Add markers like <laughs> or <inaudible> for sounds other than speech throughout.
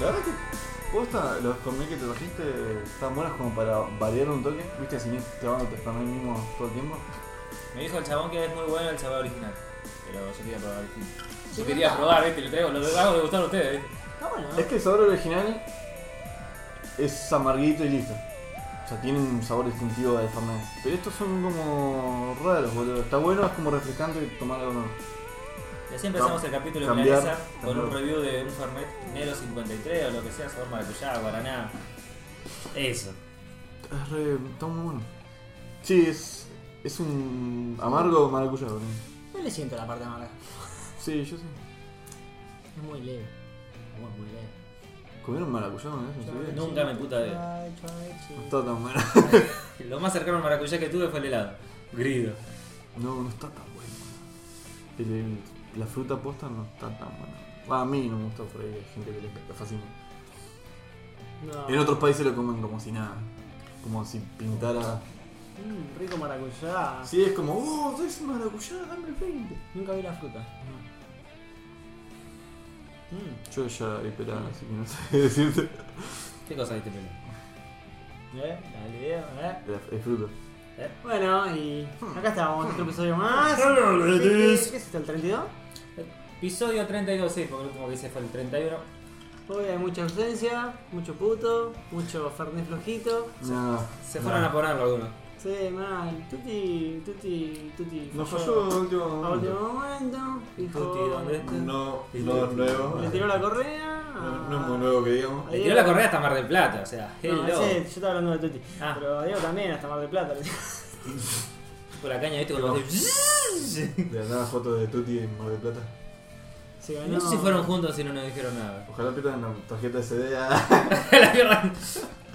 La verdad que posta, los comés que te trajiste están buenos como para variar un toque. Viste, si te van a te spamé mismo todo el tiempo. Me dijo el chabón que es muy bueno el sabor original. Pero yo quería probar distinto. Yo quería probar, viste, lo traigo, lo hago de gustar a ustedes, viste. Está bueno, ¿no? Es que el sabor original es amarguito y listo. O sea, tiene un sabor distintivo del Fernet. Pero estos son como raros, boludo. Está bueno, es como refrescante tomar algo nuevo. Y así empezamos el capítulo de Cambiar, Milanesa con un cambiar. review de un Fernet Nero 53 o lo que sea, sabor maracuyá, guaraná. Eso. Es re... está muy bueno. Sí, es... es un amargo maracuyá, boludo. No le siento la parte amarga. Sí, yo sé. Es muy leve. Muy, muy leve. ¿Comieron maracuyá con eso? en su vida? Nunca me puta de. Ay, ay, sí. No está tan bueno. Lo más cercano al maracuyá que tuve fue el helado. Grido. No, no está tan bueno. El- el- la fruta posta no está tan buena. Ah, a mí no me gusta por ahí, hay gente que le fascina. No. En otros países lo comen como si nada. Como si pintara. Mm, rico maracuyá. Sí, es como, oh, es maracuyá, dame el 20. Nunca vi la fruta. Mm. Yo ya he pelado, así que no sé decirte. ¿Qué cosa viste pelo? ¿Eh? La idea, ¿eh? La- Es fruta. Bueno, y Hmm. acá estamos, otro episodio más. Hello, ladies. ¿Qué es esto, el 32? Episodio 32, sí, porque el último que hice fue el 31. Hoy hay mucha ausencia, mucho puto, mucho fernet flojito. No, Se no. fueron a ponerlo algunos. Sí, mal. Tuti, tuti, tuti. Nos falló el Ah, último A último momento. momento. Dijo, Tuti, ¿dónde está? No, no es nuevo. Le tiró la correa. No, no es muy nuevo que digamos. Le tiró la correa hasta Mar del Plata, o sea, hello. No, ese- yo estaba hablando de Tuti. Ah. Pero Diego también, hasta Mar del Plata. le- Por la caña, viste, cuando No. hace- <laughs> De la nada foto de Tuti en Mar del Plata. <laughs> Se ganó. No sé si fueron juntos si no nos dijeron nada. Ojalá pierdan la tarjeta SD. ah. <laughs> la mierda.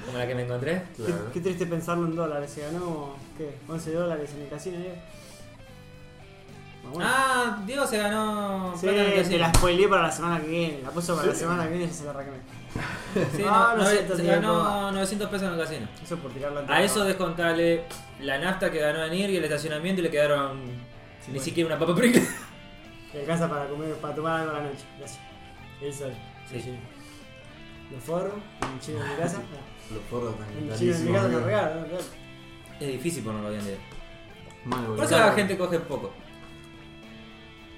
Como la que me encontré. Qué, <laughs> Claro. qué triste pensarlo en dólares. Se ganó, ¿qué? 11 dólares en el casino, Diego. Bueno, bueno. Ah, Diego se ganó. Sí, plata en el te casino. la spoileé para la semana que viene. La puso para la semana que viene y ya se la reclamé. <laughs> Sí, Ah, no, lo nove- siento, se Diego. ganó 900 pesos en el casino. Eso por tirarla A eso descontale la nafta que ganó en ir y el estacionamiento y le quedaron ni bueno. siquiera una papa prickle. Te alcanza para comer, para tomar algo a la noche. Gracias. Eso es. Sí. Sí. Los forros, un chino en mi <laughs> casa. Los porros están Un chino en carísimos, mi casa me amigo. regalo, ¿no? Claro. Es difícil ponerlo bien de Mal, Por boludo. eso la gente coge poco.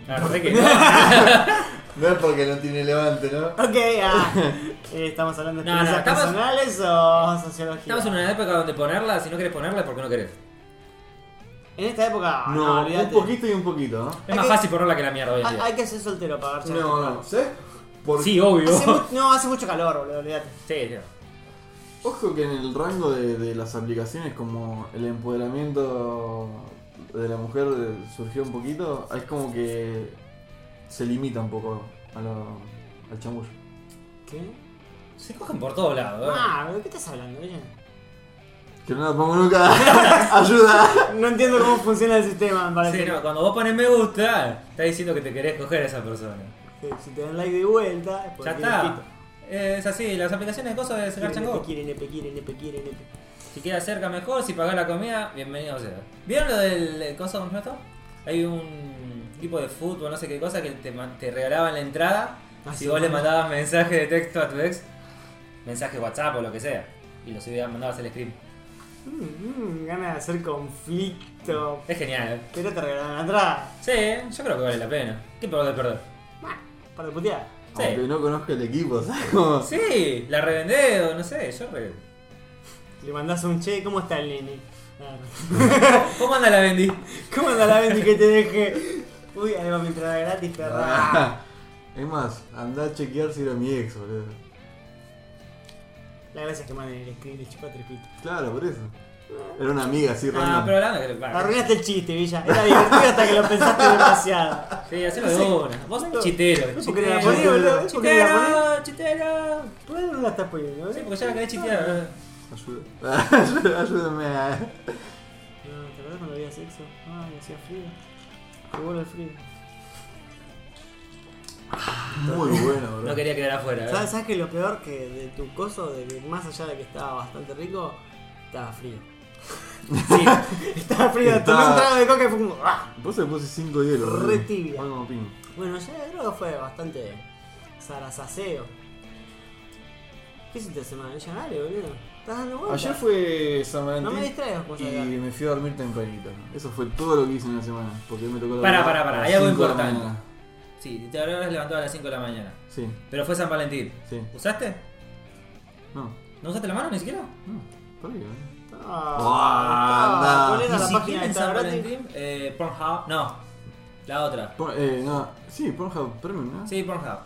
Claro, <laughs> sé que No es porque no tiene levante, ¿no? Ok, ah, <laughs> eh, estamos hablando de No, no, experiencias estamos- personales o sociología. Estamos en una época donde ponerla, si no querés ponerla es porque no querés. En esta época, no, No, un olvídate. poquito y un poquito, ¿no? Es Hay más que- fácil ponerla que la mierda hoy en Hay, día. hay que ser soltero para ver No, no, ¿sabes? Por... Sí, obvio. Hace mu- no, hace mucho calor, boludo, olvídate. Sí, sí. Ojo que en el rango de, de las aplicaciones, como el empoderamiento de la mujer surgió un poquito, es como que se limita un poco a lo- al chambullo. ¿Qué? Se cogen por todos lados. ¿eh? Ah, ¿de qué estás hablando, ella? Que no la pongo nunca. ¡Ayuda! <laughs> No entiendo cómo funciona el sistema, me parece. Sí, no, cuando vos pones me gusta, estás diciendo que te querés coger a esa persona. Sí, Si te dan like de vuelta, es porque Ya te está. quito. Eh, Es así, las aplicaciones de cosas de sacar Quieren chango. EPE, quieren EPE, quieren EPE, quieren EPE. Si queda cerca mejor, si pagás la comida, bienvenido sea. ¿Vieron lo del eh, cosa con esto? Hay un equipo de fútbol, no sé qué cosa, que te, ma- te regalaban la entrada Ah, si sí, vos le bueno. mandabas mensaje de texto a tu ex, mensaje WhatsApp o lo que sea, y los ibas- mandabas el script. Mm, mm, ganas de hacer conflicto. Es genial. ¿eh? Pero te regalaron atrás. Sí, yo creo que vale la pena. ¿Qué de perder? Para putear. Sí. Aunque no conozca el equipo, ¿sabes? Como- Sí, la revendé o no sé, yo re... Le mandás un che, ¿cómo está el nene? Ah. <laughs> ¿Cómo anda la vendí? ¿Cómo anda la Bendy que te deje? Uy, ahí va mi entrada <laughs> gratis, perra. Ah. Es más, anda a chequear si era mi ex, boludo. La gracia es que manden el screen, le chupa tres pitos. Claro, por eso. Era una amiga así Ah, random. pero hablando que le paga. Arruinaste el chiste, Villa. Era divertido hasta que lo pensaste demasiado. Sí, hacelo de una. Vos sos chitero. ¿Por qué la chitero. ponés, boludo? ¿Por qué la Chitero, ponés? chitero. ¿Por qué no la estás poniendo? eh? Sí, porque ya la quedé chiteada. Ayuda. Ayuda- Ayúdame <laughs> eh. a. No, ¿Te acuerdas cuando había sexo? Ah, y hacía frío. Te vuelve el frío. Eh. Muy bueno, bro. No quería quedar afuera. ¿Sabes, ¿eh? ¿Sabes que lo peor que de tu coso, de que más allá de que estaba bastante rico, <laughs> estaba frío? Sí. Estaba frío, Estaba- tomé un trago de coca y fue como. ¡ah! Vos le puse 5 hielos, boludo. Re tibia. Fue como pin. Bueno, ya creo que fue bastante zarazaceo. ¿Qué hiciste esta semana? Ya dale, boludo. Estás dando vueltas. Ayer fue San Valentín. No me distraigas con Y cosas acá. me fui a dormir tempranito. Eso fue todo lo que hice en la semana. Porque hoy me tocó la Pará, pará, pará, hay algo importante. mañana. Sí, te habrás levantado a las 5 de la mañana. Sí, Pero fue San Valentín. sí. ¿Usaste? No, ¿No usaste la mano ni siquiera? no. Por ahí, ¿eh? Ah, anda. poner a Ni siquiera la página en esta San gratis. Valentín. Eh, Pornhub. No. La otra. Por- eh, no. Sí, Pornhub Premium, ¿no? Sí, Pornhub.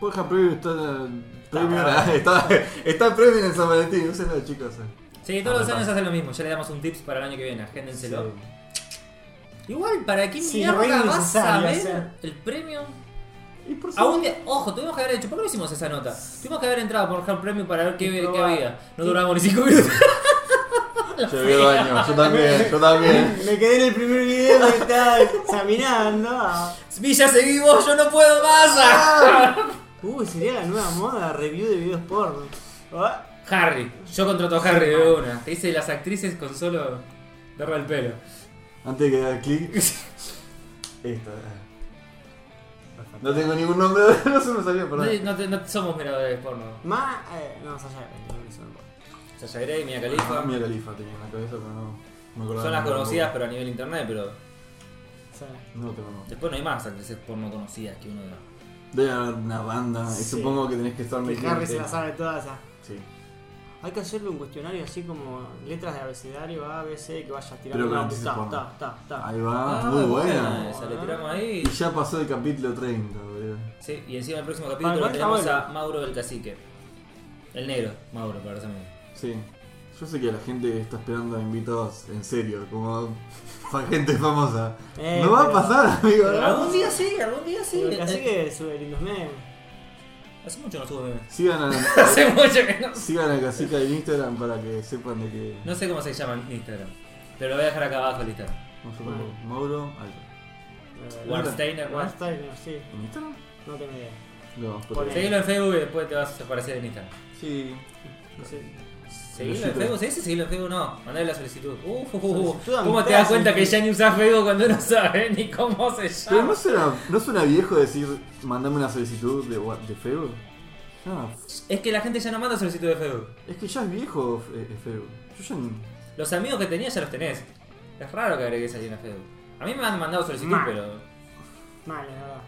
Pornhub Premium está. Premium, <laughs> pagado. está, está Premium en San Valentín. Úsenlo, chicos. Sí, todos Ah, los me años pasa. hacen lo mismo. Ya le damos un tips para el año que viene. Agéndenselo. Sí. Igual, ¿para qué Sí, re mierda vas a innecesario ver hacer. el premio? Y por A un día, ojo, tuvimos que haber hecho. ¿Por qué no hicimos esa nota? Tuvimos que haber entrado por el premio para ver qué, Y qué probar. había. No duramos ni 5 minutos. Yo vi el baño, yo también, yo también. Me quedé en el primer video que estaba examinando. ah. Villa, seguí vos, yo no puedo más. Ah. Uy, sería la nueva moda, review de videos porno. Ah, Harry, yo contrato a Harry de una. Te hice las actrices con solo darle el pelo. Antes de que dar clic. Esta. No tengo ningún nombre, <laughs> no se me salió, No, perdón. no te- no somos miradores de porno. Más. eh, no, Sasha Grey, no, eso no puedo. Sasha Grey, Mia Ah, Khalifa. Mia Khalifa tenía en la cabeza, pero no me acordaba. Son las nunca conocidas, pero a nivel internet, pero O sea, No tengo nombre. después no hay más actrices porno conocidas que uno de los. Debe haber una banda, y Sí. supongo que tenés que estar que metido Harry en se la tema. sabe todas. ah. Sí. Hay que hacerle un cuestionario así como letras de abecedario A, B, C, que vaya tirando. Pero con Ah, actrices ta, porno. ta, ta, ta. Ahí Ah, va, Ah, muy buena. esa, le tiramos ahí. Y ya pasó el capítulo 30, boludo. Sí, y encima el próximo capítulo Vale, lo vale, tenemos está a Mauro del Cacique. El negro, Mauro, para los amigos. Sí. Yo sé que la gente está esperando invitados en serio, como <laughs> fa- gente famosa. Eh, no va a pero- pasar, amigo. pero- ¿no? Algún día sí, algún día sí. Pero Así Eh, que sube lindos memes. Hace mucho no subo memes. Sigan <laughs> a, Hace mucho que no. sigan a Cacica en Instagram para que sepan de que. No sé cómo se llama en Instagram. Pero lo voy a dejar acá abajo el Instagram. No sé cómo- Mauro, alto. Eh, Warsteiner, War- Warsteiner, sí. ¿En Instagram? No tengo idea. No, Por porque. ahí. Seguilo en Facebook y después te vas a aparecer en Instagram. Sí. No sé. Seguilo en Solicito. Facebook, sí, sí, seguilo en Facebook, no. Mandale la solicitud. Uh, uh, uh, uh. Solicitud a ¿Cómo mitad, te das cuenta sí. que ya ni usas Facebook cuando no sabes ni cómo se Pero no llama? suena, no suena viejo decir mandame una solicitud de, wa- de Facebook. No, Es que la gente ya no manda solicitud de Facebook. es que ya es viejo eh, eh, Facebook. Yo ya ni- Los amigos que tenías ya los tenés. Es raro que agregues a alguien a Facebook. A mí me han mandado solicitud, Mal. pero Mal, la verdad.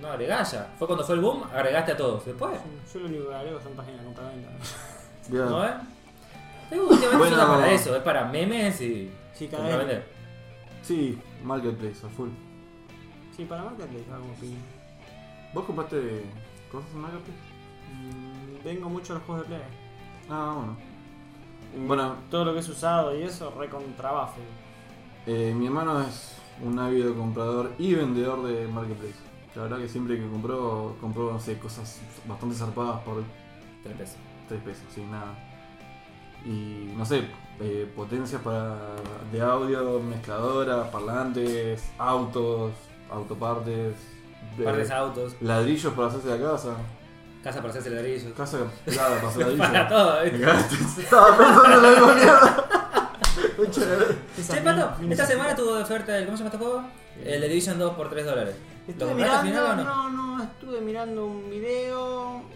no agregás ya. Fue cuando fue el boom, agregaste a todos. Después, Yo lo único que agrego son páginas de compra-venta. voy a- ¿no eh? Facebook últimamente Bueno. se usa para eso, es para memes y. Sí, cada vez. comprar-vender. Sí, Marketplace, a full. Sí, para Marketplace hago opinión. ¿Vos compraste cosas en Marketplace? Mm, Vengo mucho a los juegos de play. Ah, bueno. Bueno, Todo lo que es usado y eso, recontrabajo. eh, mi hermano es un ávido comprador y vendedor de Marketplace. La verdad que siempre que compró, compró, no sé, cosas bastante zarpadas por Tres pesos. 3 pesos, sin nada. Y no sé, eh, potencias para de audio, mezcladoras, parlantes, autos, autopartes, eh, Partes de autos, ladrillos para hacerse la casa, casa para hacerse ladrillos. casa claro, para hacer <laughs> Para ladrillos. todo, ¿eh? Me ¿viste? cagaste, Estaba pensando en la misma mierda. Concha de la- Che, Pato, esta semana tuvo de oferta el. ¿Cómo se llama este juego? El The Division 2 por 3 dólares. ¿Lo Estuve compraste al mirando, final o no? no? no, estuve mirando un video. mm,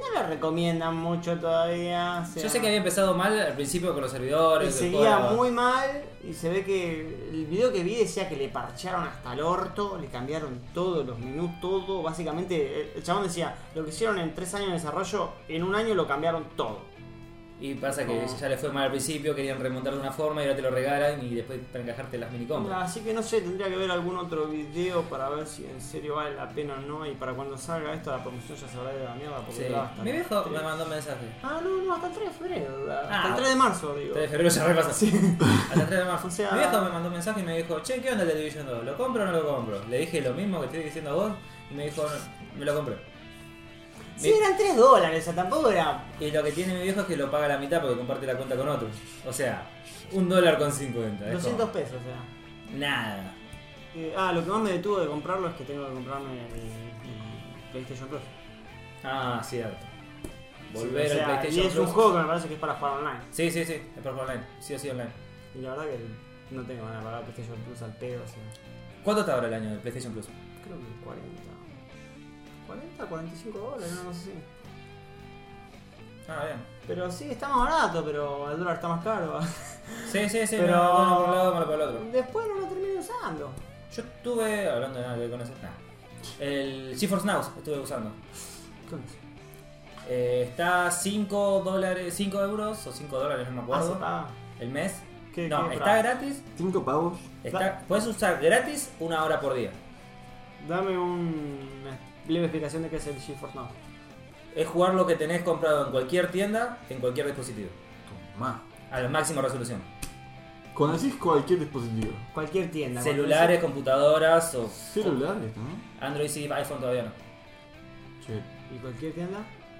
No lo recomiendan mucho todavía. o sea, Yo sé que había empezado mal al principio con los servidores. y que seguía juego- muy mal y se ve que el video que vi decía que le parcharon hasta el orto, le cambiaron todos los menús, todo. Básicamente, el- el chabón decía, lo que hicieron en tres años de desarrollo, en un año lo cambiaron todo. Y pasa que No. ya le fue mal al principio, querían remontar de una forma y ahora te lo regalan y después para encajarte las minicompras. Así que no sé, tendría que ver algún otro video para ver si en serio vale la pena o no. Y para cuando salga esto, la promoción ya se habrá ido a la mierda. Porque Sí. duraba hasta Mi el viejo me 3. mandó un mensaje. Ah, no, no, hasta el 3 de febrero. duraba. Ah. hasta el 3 de marzo, digo. <laughs> 3 de febrero ya repasa. A las 3 de marzo. O sea- Mi viejo me mandó un mensaje y me dijo, che, ¿qué onda el de Division 2? ¿Lo compro o no lo compro? Le dije lo mismo que estoy diciendo a vos y me dijo, "No, me lo compré. Sí, eran 3 dólares, o sea, tampoco era. Y lo que tiene mi viejo es que lo paga la mitad porque comparte la cuenta con otro. O sea, un dólar con 50. es 200 como pesos, o sea. Nada. Eh, ah, lo que más me detuvo de comprarlo es que tengo que comprarme el, el PlayStation Plus. Ah, cierto. Volver Sí, o sea, al PlayStation Y es un Plus. juego que me parece que es para jugar online. Sí, sí, sí. Es por online. Sí o sí online. Y la verdad que no tengo ganas de pagar PlayStation Plus al pedo, o sea. ¿Cuánto está ahora el año del PlayStation Plus? Creo que 40. 40, 45 dólares, no, no sé. Ah, bien. Pero sí, está más barato, pero el dólar está más caro. Sí, sí, sí, Pero- no, bueno, por un lado, malo por el otro. <laughs> Después no lo termino usando. Yo estuve, hablando de nada que ver con eso, nada. El GeForce Now estuve usando. ¿Qué onda? Eh, está 5 dólares, 5 euros o 5 dólares, no me Ah, se acuerdo, paga. el mes. ¿Qué- no, qué está plan? gratis. Cinco pavos. Está, puedes usar gratis una hora por día. Ah. Dame un- una leve explicación de qué es el GeForce Now. Es jugar lo que tenés comprado en cualquier tienda, en cualquier dispositivo. Más. A la máxima resolución. Cuando decís cualquier dispositivo. Cualquier tienda. cualquier- Celulares, computadoras o Celulares, ¿no? Android sí, iPhone todavía no. Che. ¿Y cualquier tienda?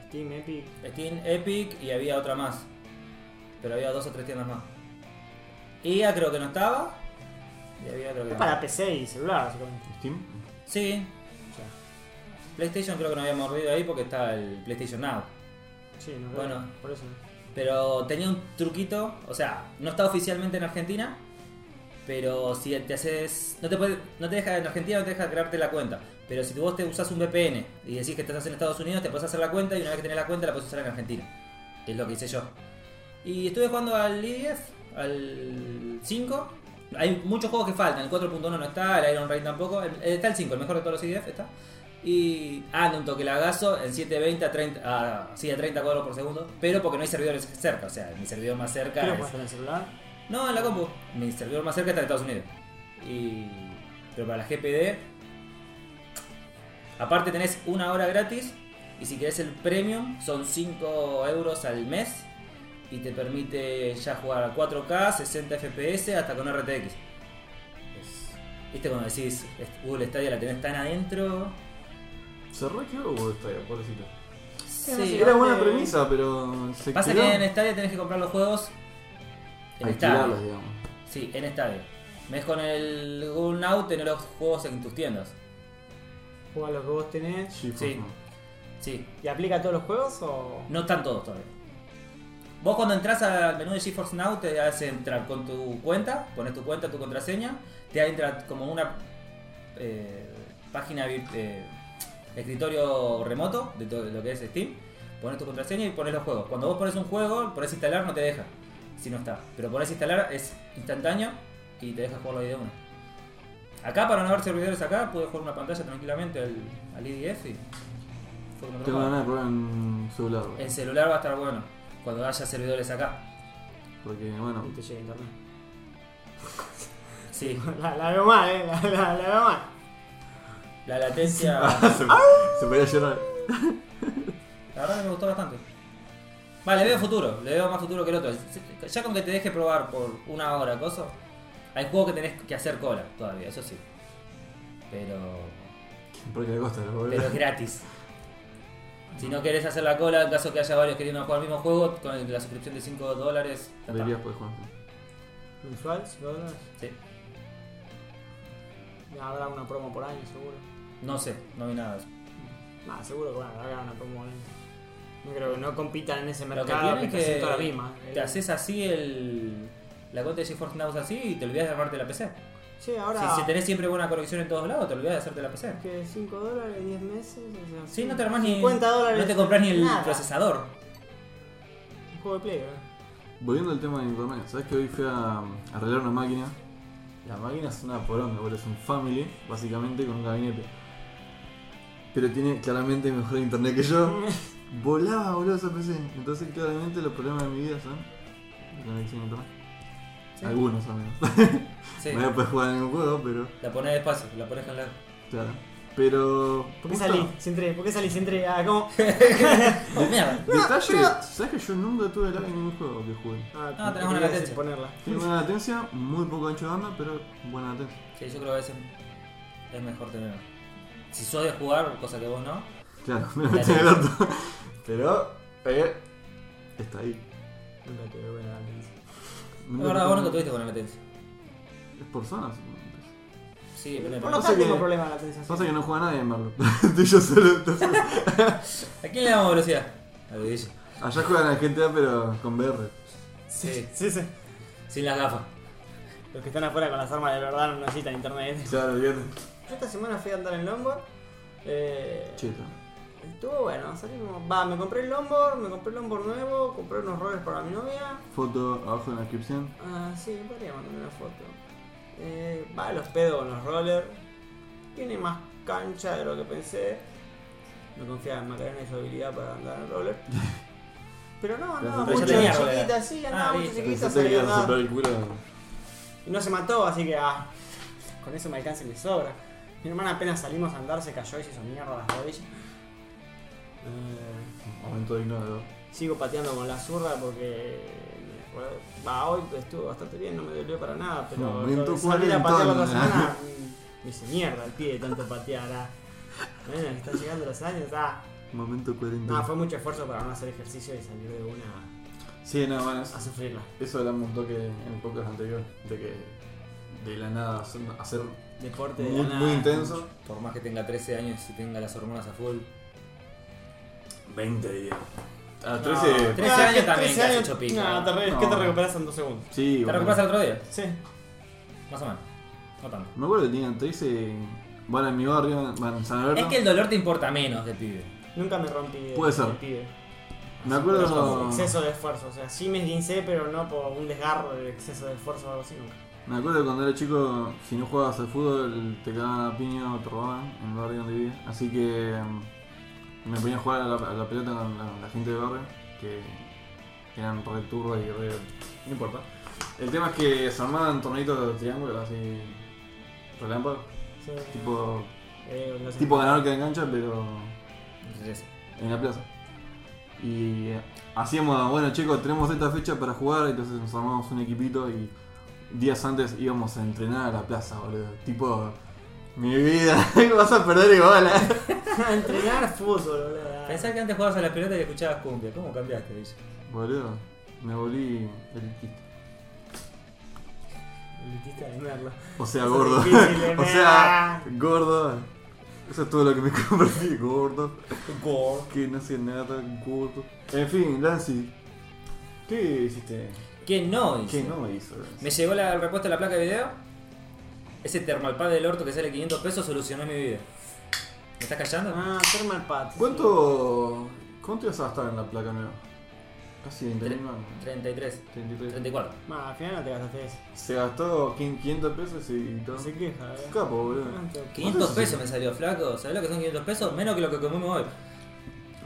Steam, Epic. Steam, Epic y había otra más. Pero había dos o tres tiendas más. IA creo que no estaba. Y había creo que Es no. para PC y celular, básicamente. Steam. Sí. O sea, PlayStation creo que no había mordido ahí porque estaba el PlayStation Now. sí, no creo. Bueno. Por eso no. Pero tenía un truquito, o sea, no está oficialmente en Argentina, pero si te haces. No te, puede- no te deja, en Argentina no te deja crearte la cuenta. Pero si vos te usás un VPN y decís que estás en Estados Unidos, te puedes hacer la cuenta y una vez que tenés la cuenta la puedes usar en Argentina. Que es lo que hice yo. Y estuve jugando al IDF, al 5. Hay muchos juegos que faltan, el 4.1 no está, el Iron Raid tampoco. el- eh, está el 5, el mejor de todos los IDF está. Y anda un toque lagazo en 720 a 30, a, sí, a 30 cuadros por segundo, pero porque no hay servidores cerca, o sea, mi servidor más cerca ¿Qué lo es- puedes en el celular? No, en la compu. Mi servidor más cerca está en Estados Unidos. Y... Pero para la GPD... Aparte tenés una hora gratis y si querés el premium son 5 euros al mes y te permite ya jugar a 4K, 60 FPS hasta con RTX. Es- ¿Viste cuando decís "Est- Google Stadia la tenés tan adentro? Se re quedó Google Stadia, pobrecito. Sí, Era buena eh, premisa, pero se Pasa quedó. que en Stadia tenés que comprar los juegos en Stadia. Alquilarlos, digamos. Sí, en Stadia. Ves con el Google Now tener los juegos en tus tiendas. Juega lo que vos tenés. Sí, Sí. por favor. Sí, ¿Y aplica a todos los juegos o.? no están todos todavía. Vos cuando entras al menú de GeForce Now te hace entrar con tu cuenta, pones tu cuenta, tu contraseña, te entra como una eh, página vir- eh, escritorio remoto de todo lo que es Steam, pones tu contraseña y pones los juegos. Cuando vos pones un juego, pones instalar, no te deja, si no está. Pero pones instalar, es instantáneo y te deja jugarlo ahí de uno. Acá, para no haber servidores acá, pude jugar una pantalla tranquilamente al, al IDF y fue como Tengo normal. ganas de probar en celular, bro. En celular va a estar bueno, cuando haya servidores acá. porque bueno, Y te llega internet. <laughs> Sí, La, la veo mal, eh. La, la- la veo mal. la latencia. <laughs> se, se podía llorar. La verdad que me gustó bastante. Vale, le veo futuro, le veo más futuro que el otro. Ya con que te deje probar por una hora, cosa. Hay juegos que tenés que hacer cola todavía, eso sí. Pero. Porque le costa, lo Pero es gratis. Si no querés hacer la cola, en caso que haya varios queriendo jugar el mismo juego, con la suscripción de 5 dólares. ya está. Deberías poder jugar. ¿Mensual? ¿5 dólares? Sí. Habrá una promo por año, seguro. No sé, no vi nada de eso. Nah, seguro que bueno, habrá una promo por año. No creo que no compitan en ese Lo que mercado. tiene es que que toda la misma. eh. te haces así el la cuenta de GeForce Now así y te olvidas de armarte la PC. Sí, ahora. Si, si tenés siempre buena conexión en todos lados, te olvidas de hacerte la PC. Que 5 dólares, 10 meses. O sea, Sí, no te armás ni 50 dólares. no te compras ni el nada. procesador. Un juego de play, ¿verdad? Volviendo al tema de internet, ¿sabes que hoy fui a, a arreglar una máquina? La máquina es una poronga, boludo, es un family, básicamente, con un gabinete. Pero tiene claramente mejor internet que yo. Volaba, boludo, esa PC. Entonces, claramente, los problemas de mi vida son la conexión a internet. Sí. Algunos, al menos. Sí. <laughs> No voy a poder jugar en ningún juego, pero. La pones despacio, la pones en la. Claro. Pero. <laughs> ¿Por qué justo- salí? Si entré, ¿por qué salí? Si entré, ah, ¿cómo? <laughs> Oh, mierda. Detalle, pero- ¿sabes que yo nunca tuve lag en ningún juego que jugué? Ah, No, tenés quería una decir latencia. <laughs> ponerla. Tiene buena latencia, muy poco ancho de onda, pero buena latencia. Sí, yo creo que a veces es mejor tener. Si sos de jugar, cosa que vos no. <laughs> Claro, me metí en el orto. Pero, eh, está ahí. Nunca tuve buena latencia. Es verdad, vos nunca tuviste buena latencia. Es por zonas. Sí, pero Por lo Pasa tanto, que- tengo problema de latencia. Pasa que no juega nadie, Marlo. <laughs> Estoy yo solo. entonces- ¿A quién le damos velocidad? A Luigi. Allá juegan a GTA, pero con VR. Sí. Sí, sí. Sin las gafas. Los que están afuera con las armas de verdad no necesitan internet. Claro, bien. Yo esta semana fui a andar en longboard. Eh, cheto. Estuvo bueno, salimos. Va, me compré el longboard, me compré el longboard nuevo, compré unos rollers para mi novia. Foto abajo en la descripción. Ah, sí, podría mandarme una foto. Eh, va a los pedos con los rollers. Tiene más cancha de lo que pensé. No confiaba en Macarena y su habilidad para andar <laughs> en roller. Pero no, andaba Pero mucho ya de tenía roller. chiquita, sí, andaba Ah, mucho listo. chiquita, Pensaste que sabía ibas a andar. soplar el culo. Y no se mató, así que ah, con eso me alcanza y me sobra. Mi hermana apenas salimos a andar se cayó y se hizo mierda las rodillas. Eh, Momento digno sigo pateando con la zurda porque me acuerdo- va, hoy estuvo bastante bien, no me dolió para nada, pero Momento lo de salir a patear la otra cuarentona. semana mm, me hice mierda el pie de tanto patear. ah. Bueno, están llegando los años, ah. Momento 40. No, fue mucho esfuerzo para no hacer ejercicio y salir de una Sí, no, bueno, es- a sufrirla. eso hablamos un toque en el podcast anterior. De que de la nada hacer- hacer Deporte de muy, la muy nada. intenso. Por más que tenga 13 años y tenga las hormonas a full. 20 días. A los No, 13. 13 Ah, años que también 13 que has años- hecho pico. No, te re- No. que te recuperas en dos segundos. Sí, ¿Te bueno. recuperas al otro día? Sí. Más o menos. No tanto. Me acuerdo que tenían 13. Van a mi barrio, van a San Alberto. Es que el dolor te importa menos de pibe. Nunca me rompí. de- Puede ser. de pibe. Me acuerdo. Pero es como Exceso de esfuerzo. O sea, sí me esguincé, pero no por un desgarro de exceso de esfuerzo o algo así nunca. Me acuerdo cuando era chico, si no jugabas al fútbol, te cagaban a piña o te robaban en el barrio donde vivía. Así que mm, me ponía a jugar a la, a la pelota con la, la gente del barrio, que eran re turba y re. No importa. El tema es que se armaban torneitos de triángulos así. relámpagos, Sí. tipo, Eh, no sé. tipo ganador que engancha, pero Entonces, en la plaza. Y eh, hacíamos, bueno chicos, tenemos esta fecha para jugar, entonces nos armamos un equipito y días antes íbamos a entrenar a la plaza, boludo. Tipo, mi vida, <laughs> vas a perder igual. eh. <laughs> Entrenar fútbol, boludo. Pensá que antes jugabas a la pelota y escuchabas cumbia. ¿Cómo cambiaste, bicho? Boludo, me volví elitista. Elitista de merlo. O sea, Eso es gordo. difícil <laughs> de o sea, ver. gordo. Eso es todo lo que me <laughs> convertí, gordo. Gore. Que no sé nada, gordo. En fin, Lancy, ¿qué hiciste? ¿Qué no hice? ¿Qué no hizo? Lancy? Me llegó la respuesta de la placa de video. Ese thermalpad del orto que sale 500 pesos solucionó mi vida. ¿Me estás callando? Ah, thermal pat. ¿Cuánto, ¿Cuánto ibas a gastar en la placa nueva? Casi 20 Tre- mil mangos. 33, 33. 34. Bueno, al final no te gastaste eso. Se gastó 500 pesos y todo. No se queja, Un ¿verdad? Capo, boludo. ¿Cuánto? 500 pesos me salió flaco. ¿Sabés lo que son 500 pesos? Menos que lo que comimos hoy.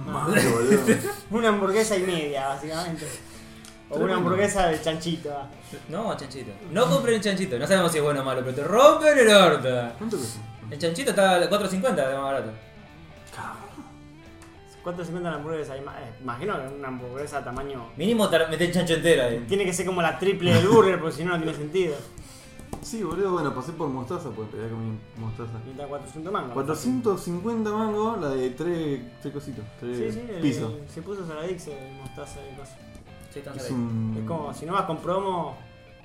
Madre, boludo. <laughs> Una hamburguesa y media, básicamente. O una Tremendo. hamburguesa de chanchito. ah. No, chanchito. No compré el chanchito. No sabemos si es bueno o malo, pero te rompen el orto. ¿Cuánto costó? El chanchito estaba a 4.50 de más barato. ¿Cuánto se cuenta la hamburguesa? Ima- eh, Imagino que una hamburguesa tamaño. Mínimo te meté el chancho entero ahí. Tiene que ser como la triple del burger, porque si no, no tiene sentido. Sí, boludo, bueno, pasé por mostaza, pues pedí comí mostaza. Y está 400 mangos. 450 mangos, la de 3, tres cositos, Sí, 3 sí, eh, el- pisos. el- se puso Saladix el mostaza y cosas. Sí, tan Es cerca. un- Es como, si no vas con promo,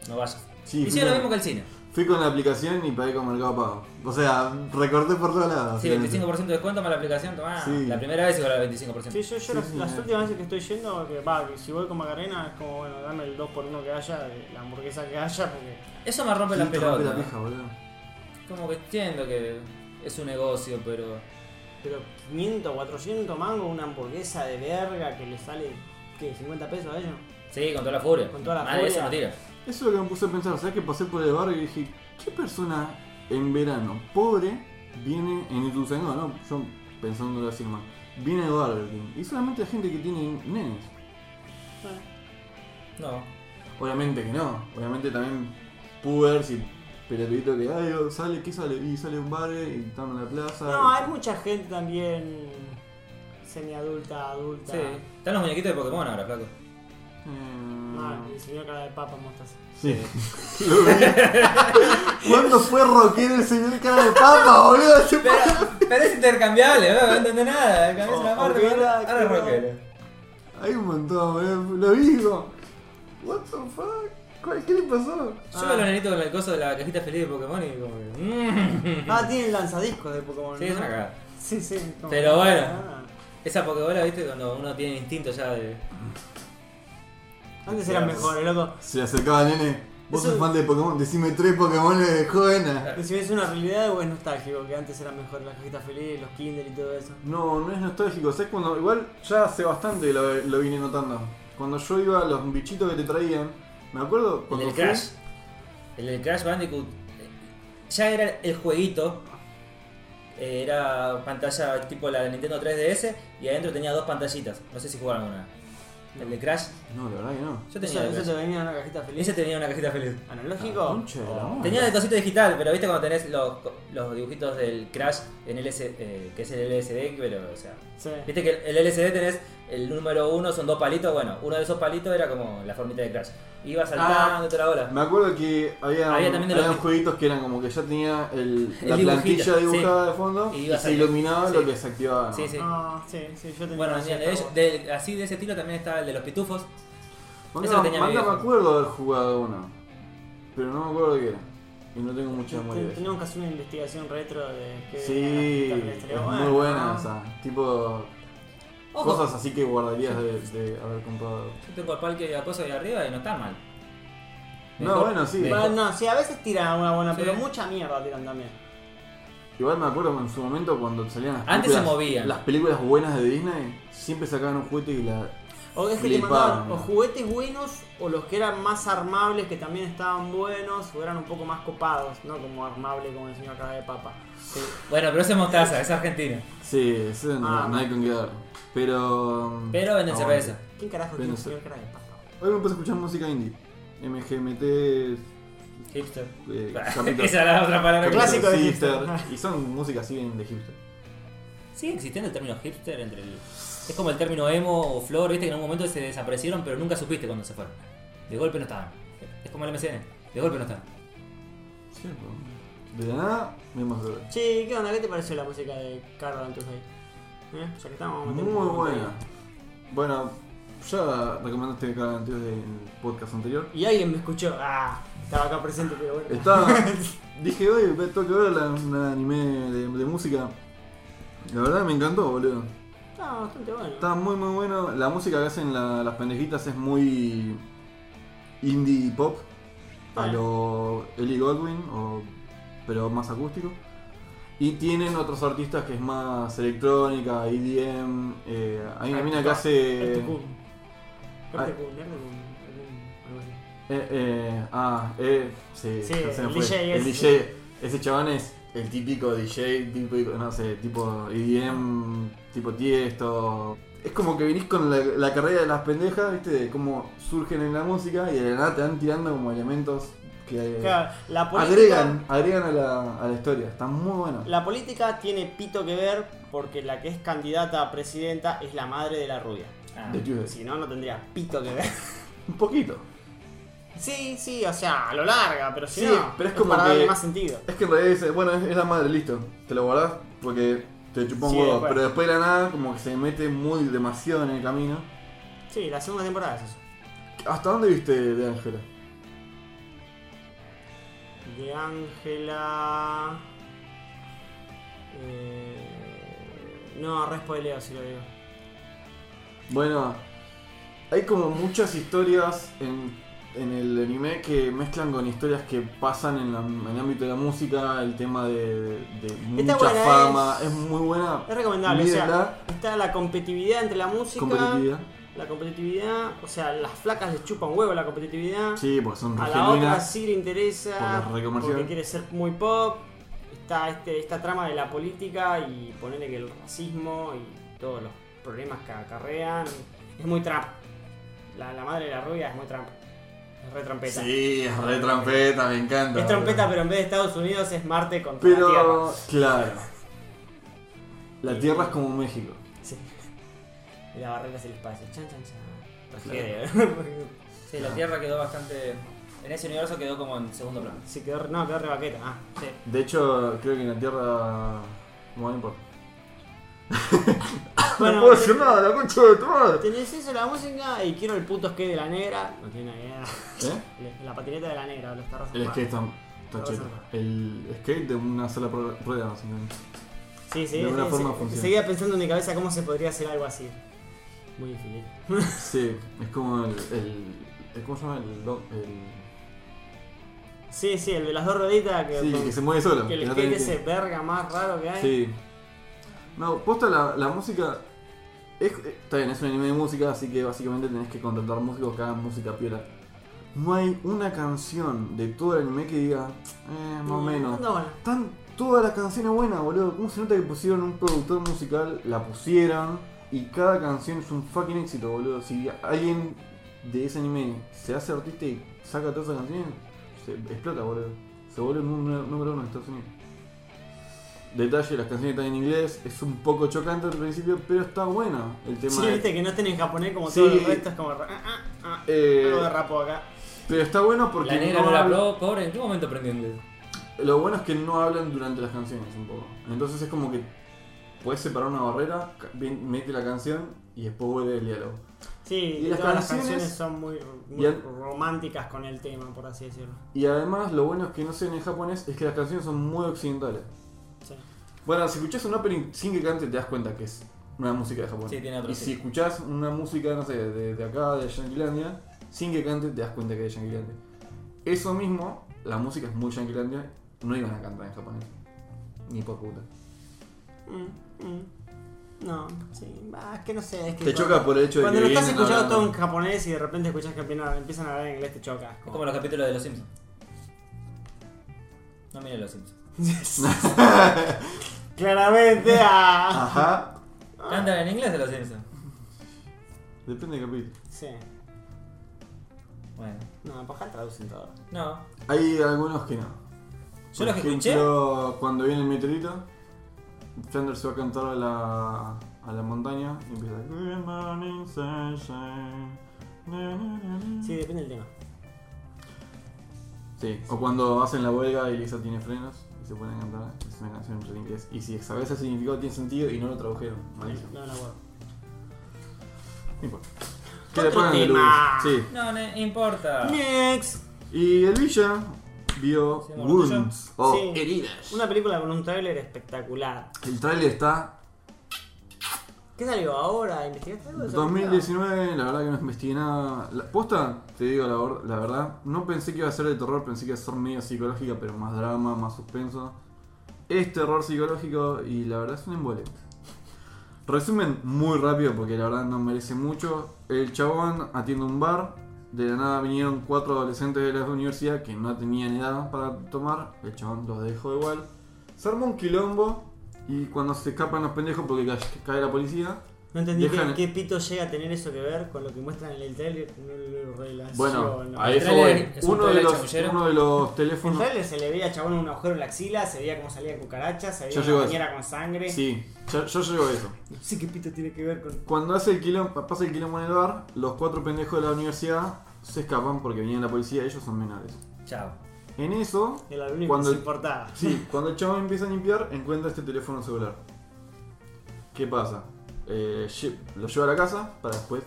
No vayas. Sí, Hicieron lo fui mismo que con, el cine. fui con la aplicación y pagué con Mercado Pago. O sea, recorté por todos lados. Sí, finalmente. 25% de descuento más la aplicación. Tomá. Sí. La primera vez igual al 25%. sí, yo, yo Sí, las, sí, las eh. últimas veces que estoy yendo, que va, que si voy con Macarena, es como, bueno, dame el 2x1 que haya, de la hamburguesa que haya, porque Eso me rompe Sí, la te rompe pelota. la pija, boludo. Como que entiendo que es un negocio, pero. pero 500, 400 mangos, una hamburguesa de verga que le sale, ¿qué? ¿50 pesos a ellos? Sí, con toda la furia. Con toda la Más de furia. eso no tira. Eso es lo que me puse a pensar, ¿sabes? Que pasé por el barrio y dije, ¿qué persona en verano pobre viene en Ituzaingó, no? Yo pensándolo así más. Viene de Burger King. Y solamente la gente que tiene nenes. Bueno, No. Obviamente que no. Obviamente también pubers y pelotuditos que, ay, oh, sale, ¿qué sale? Y sale un bar y están en la plaza. No, hay mucha gente también semiadulta, adulta. Sí. Están los muñequitos de Pokémon ahora, <laughs> flaco. Eh, Ah, el señor cara de papa <laughs> mostaza. Sí. <laughs> Lo vi. ¿Cuándo fue rockero el señor cara de papa, boludo? Ese Pero, pero es intercambiable, no, no entiendo nada. Cambias Oh, una parte, ok, ahora ok. ahora es rockero. Hay un montón, boludo. Lo digo. What the fuck? ¿Cuál- ¿Qué le pasó? Yo Ah. veo a los nenitos con el coso de la cajita feliz de Pokémon y como que. mm. <laughs> Ah, tienen lanzadiscos de Pokémon. Sí, ¿no? es una cagada. Sí, sí. como- Pero bueno. Ah. Esa Pokébola, viste, cuando uno tiene instinto ya de. Antes eran mejores, loco. Se le acercaba al nene. Vos Eso- sos fan de Pokémon, decime tres Pokémon de joven. Pero si ves una realidad o es nostálgico, que antes eran mejor las cajitas feliz, los Kinder y todo eso. No, no es nostálgico, ¿sabes? Cuando, igual ya hace bastante lo, lo vine notando. Cuando yo iba a los bichitos que te traían, me acuerdo El cuando del fui- Crash. El del Crash Bandicoot. eh, Ya era el jueguito. eh, Era pantalla tipo la de Nintendo 3DS y adentro tenía dos pantallitas. No sé si jugaron alguna. El de Crash. No, la verdad que no. Yo tenía Eso, el eso Crash. te venía en una cajita feliz. Ese tenía una cajita feliz. La ¿Analógico? Ah, Oh. concha de la madre. Tenía el cosito digital, pero viste cuando tenés los, los dibujitos del Crash en LS, eh, que es el LSD, pero o sea. Sí. Viste que el LSD tenés el número uno, son dos palitos, bueno, uno de esos palitos era como la formita de Crash. Iba saltando toda la hora. Me acuerdo que había, Había también de habían los- jueguitos que eran como que ya tenía el- El la dibujito, plantilla dibujada de fondo Y y, iba se saliendo. iluminaba Sí. lo que se activaba. Sí, sí. Ah, sí, sí, yo tenía Bueno, una mira, cajita de ellos- vos. de- así de ese estilo también estaba el de los pitufos. Manga, Eso lo tenía mi manga viejo. me acuerdo de haber jugado uno, pero no me acuerdo de qué era. Y no tengo mucha Ten- memoria. de eso. Tenemos que hacer una investigación retro de que Sí, es muy buena esa. Tipo, Ojo, cosas así que guardarías de, de haber comprado. yo tengo el parque de la cosa de arriba y no está mal. No, bueno, sí. mejor. Bueno, no, sí, a veces tira una buena, Sí. pero mucha mierda tiran también. Igual me acuerdo en su momento cuando salían las Antes se películas, movían. las películas buenas de Disney, siempre sacaban un juguete y la... O es que te Fliparon. mandaban o juguetes buenos o los que eran más armables, que también estaban buenos o eran un poco más copados, no como armable como el señor cara de papa. Sí. Bueno, pero ese es mostaza, es argentino. Sí, eso no, Ah, no hay con qué dar. Pero... Pero venden no, cerveza. ¿Quién carajo Pero tiene el no sé. señor cara de papa? Hoy me puse a escuchar música indie. MGMT... <laughs> Hipster. Eh, Esa Capitol- es la otra Capitol palabra. que- Clásico de Sister, <laughs> hipster. Y son música así bien de hipster. ¿Sigue existiendo el término hipster entre el... Es como el término emo o flor, viste que en un momento se desaparecieron pero nunca supiste cuando se fueron. De golpe no estaban. Es como el MCN, de golpe no estaban. Sí, pero... De la nada, me acuerdo. Che, ¿qué onda? ¿Qué te pareció la música de Carol and Tuesday? ¿Eh? Ya que estamos vamos a meter un Muy poco de buena. Bueno, ya recomendaste acá antes del podcast anterior. contenido. Y alguien me escuchó. Ah, estaba acá presente, pero bueno. Estaba. dije, oye, ve, tengo que verla, un anime de, de música. La verdad me encantó, boludo. Estaba bastante bueno. Está muy, muy bueno. La música que hacen la- las pendejitas es muy. indie pop. A lo Ellie Goldwyn, o, pero más acústico. Y tienen otros artistas que es más electrónica, EDM. eh, hay una mina que hace. Este cool. Ah. Este cool, este cool, este cool, algo así. Eh, eh, ah, eh, sí, Sí, ya se me el fue. DJ el es- DJ, ese chabón es el típico DJ, típico, no sé, tipo EDM, tipo tiesto. Es como que venís con la, la carrera de las pendejas, viste, de cómo surgen en la música y de la nada te van tirando como elementos que Claro, la política, Eh, agregan, agregan a la, a la historia. Está muy bueno. La política tiene pito que ver porque la que es candidata a presidenta es la madre de la rubia. Ah. De Judas. Si no, no tendría pito que ver. <laughs> Un poquito. Sí, sí, o sea, a lo larga, pero si Sí, no, pero es es como para darle que- más sentido. Es que en realidad dice, bueno, es, es la madre, listo. Te lo guardás porque te chupó un Sí, huevo. después. Pero después de la nada, como que se mete muy demasiado en el camino. Sí, la segunda temporada es eso. ¿Hasta dónde viste de Ángela? De Ángela. Eh... No, re spoileo si lo digo. Bueno, hay como muchas historias en, en el anime que mezclan con historias que pasan en, la- en el ámbito de la música, el tema de, de mucha buena, fama, es- es... muy buena. Es recomendable, o sea, Mírenla. está la competitividad entre la música, Competitividad. la competitividad, o sea, las flacas les chupan huevo la competitividad. Sí, porque son A re la otra genuinas. sí le interesa Porque es re comercial. porque quiere ser muy pop. Está este, esta trama de la política y ponerle que el racismo y todos los problemas que acarrean. Es muy Trump. La, la madre de la rubia es muy Trump. Es re trompeta. Sí, es re trompeta, me encanta. es trompeta, pero en vez de Estados Unidos es Marte contra la Tierra. Pero, claro. La Tierra es como México. Sí. <laughs> Y la barrera es el espacio. Chan, chan, chan. Tragedia. <laughs> Sí, la Tierra quedó bastante... En ese universo quedó como en segundo plano. Sí, quedó, re- no, quedó re vaqueta. Ah. Sí. De hecho, creo que en la Tierra... Bueno, no importa. <laughs> Bueno, no puedo decir nada, la concha de tu madre. Tenés eso la música y quiero el puto skate de la negra. No tiene idea. ¿Eh? La patineta de la negra, los tarros. El skate está, está Lo cheto. reserva. El skate de una sola pro- rueda, básicamente. Sí, sí, de alguna sí, forma sí. funciona. Seguía pensando en mi cabeza cómo se podría hacer algo así. Muy difícil. Sí, es como el. el, el- ¿Cómo se llama? El, do- el Sí, sí, el de las dos rueditas que, Sí, que se mueve solo. que que el no skate tenés ese verga más raro que hay. Sí. No, posta la, la música. Es, eh, está bien, es un anime de música, así que básicamente tenés que contratar músicos que hagan música piola. No hay una canción de todo el anime que diga, eh, más o menos. No, bueno. Están todas las canciones buenas, boludo. ¿Cómo se nota que pusieron un productor musical? La pusieron y cada canción es un fucking éxito, boludo. Si alguien de ese anime se hace artista y saca todas esas canciones, se explota, boludo. Se vuelve un número, número uno de Estados Unidos. Detalle, las canciones están en inglés, es un poco chocante al principio, pero está bueno el tema. Sí, de- viste que no estén en japonés como Sí. todos los restos, como ra- ah, ah, ah, Eh, algo de rapo acá. Pero está bueno porque La negra no habla- la habló, pobre, ¿en qué momento aprendió inglés? Lo bueno es que no hablan durante las canciones un poco. Entonces es como que puedes separar una barrera, ca- bien- mete la canción y después vuelve el diálogo. Sí, y las todas canciones- las canciones son muy, muy y el- románticas con el tema, por así decirlo. Y además lo bueno es que no sé en japonés es que las canciones son muy occidentales. Sí. Bueno, si escuchás un opening sin que cante te das cuenta que es una música de Japón. Sí, tiene otro y si estilo. escuchás una música, no sé, de, de acá, de Yanquilandia, sin que cante te das cuenta que es de Yanquilandia. Eso mismo, la música es muy Yanquilandia, no iban a cantar en japonés. Ni por puta. Mm, mm. No, sí, ah, es que no sé, es Te que cuando- choca por el hecho de Cuando que lo estás vienen escuchando todo hablando- en japonés y de repente escuchas que empiezan empiezan a hablar en inglés, te choca. <laughs> Es como los capítulos de Los Simpsons. No mire Los Simpsons. Claramente ah. Ah. a... Ajá, Cantan en inglés de Los Simpsons. Depende del capítulo. Sí. Bueno, No, paja traducen todo. no. Hay algunos que no. Yo los que escuché. ejemplo, cuando viene el meteorito, Flanders se va a cantar a la, a la montaña y empieza. Good morning, sunshine. Na, na, na, na". Sí, depende del tema. Sí, o cuando hacen la huelga y Lisa tiene frenos y se ponen a cantar. Es una canción en inglés. Y si sabes el significado, tiene sentido y no lo tradujeron. Malísimo. No, no, bueno. No importa. Otro pongan de tema. Lulú. Sí. No, no importa. Next. Y el Villa vio Sí, bueno, Wounds o Sí. heridas. Una película con un tráiler espectacular. El tráiler está ¿Qué salió ahora? ¿Investigaste algo de esa película? 2019, la verdad que no investigué nada. La, posta, te digo la, ver- la verdad, no pensé que iba a ser de terror, pensé que iba a ser medio psicológica, pero más drama, más suspenso. Es terror psicológico y la verdad es un embole. Resumen muy rápido porque la verdad no merece mucho. El chabón atiende un bar, de la nada vinieron cuatro adolescentes de la universidad que no tenían edad para tomar, el chabón los dejó igual. Se armó un quilombo y cuando se escapan los pendejos porque ca- cae la policía, No entendí Dejan- qué, qué pito llega a tener eso que ver con lo que muestran en el tráiler. No lo relaciono. Bueno, a eso trailer voy. es un Uno de, trailer los, chamullero. uno de los En el teléfonos. tráiler se le veía chabón un agujero en la axila, se veía cómo salía cucaracha, se Yo veía llego una a eso. bañera con sangre. Sí, yo, yo llego a eso. No sé qué pito tiene que ver con. Cuando hace el quilombo, pasa el quilombo en el bar, los cuatro pendejos de la universidad se escapan porque viene la policía, ellos son menores. Chao. En eso, El alumno que Cuando- se importaba. <laughs> sí, cuando el chabón empieza a limpiar, encuentra este teléfono celular. ¿Qué pasa? Eh, lle- lo lleva a la casa para después,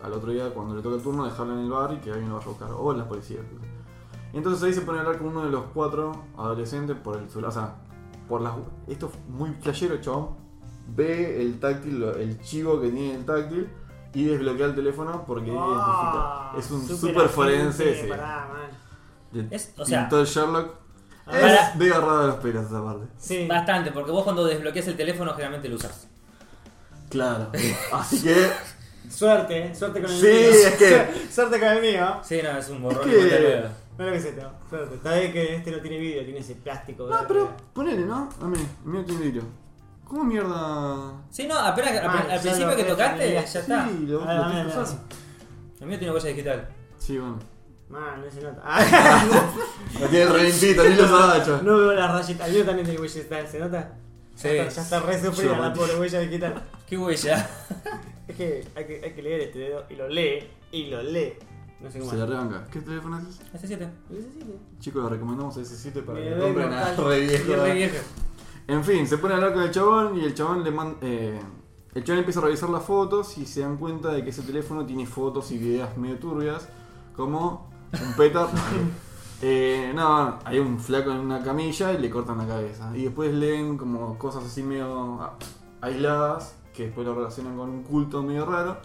al otro día, cuando le toca el turno, dejarlo en el bar y que alguien lo vaya a buscar. O las policías. Entonces ahí se pone a hablar con uno de los cuatro adolescentes por el celular. O sea, por las. Esto es muy playero, chabón. Ve el táctil, lo- el chivo que tiene el táctil y desbloquea el teléfono porque identifica. Ah, Es un súper super forense agente, ese. pará, man. De- Es- o sea- pintó el Sherlock. Ah, Es de agarrado de los pelos esa parte. Sí. Bastante, porque vos cuando desbloqueas el teléfono generalmente lo usas. Claro. Así <laughs> que. Suerte, eh, suerte con el Sí, mío. es que- <laughs> suerte con el mío. Sí, no, es un borrón que- y cuenta nueva. Mira lo que se te va. Suerte. Está bien que este no tiene vídeo, tiene ese plástico. Ah, No, verde. pero ponele, ¿no? A mí, mío tiene vidrio. ¿Cómo mierda? Sí, no, apenas al- Mal, al, ya principio lo que ves, tocaste, ya familiar. está. Sí, lo, A ver, lo a ver, tenés a ver. usado. El mío tiene huella digital. Sí, bueno. Man, no se nota. <laughs> Ah, La tiene reventito, ni los agacha. no veo las rayitas. El mío también tiene huella digital, ¿se nota? Sí. Ya está, ya está re sufrida Yo, la man. pobre huella digital. Qué huella. Es que hay, que hay que leer este dedo y lo lee y lo lee. No sé cómo. Se la rebanca. ¿Qué teléfono es ese? Hace 7. Chicos, le recomendamos ese 7 para que Me lo ve compren a mortal. re Qué viejo. re viejo. En fin, se pone a hablar con el chabón y el chabón le manda. eh, el chabón empieza a revisar las fotos y se dan cuenta de que ese teléfono tiene fotos y videos medio turbias, como un petar. <laughs> Eh, no, hay un flaco en una camilla y le cortan la cabeza. Y después leen como cosas así medio ah, aisladas que después lo relacionan con un culto medio raro.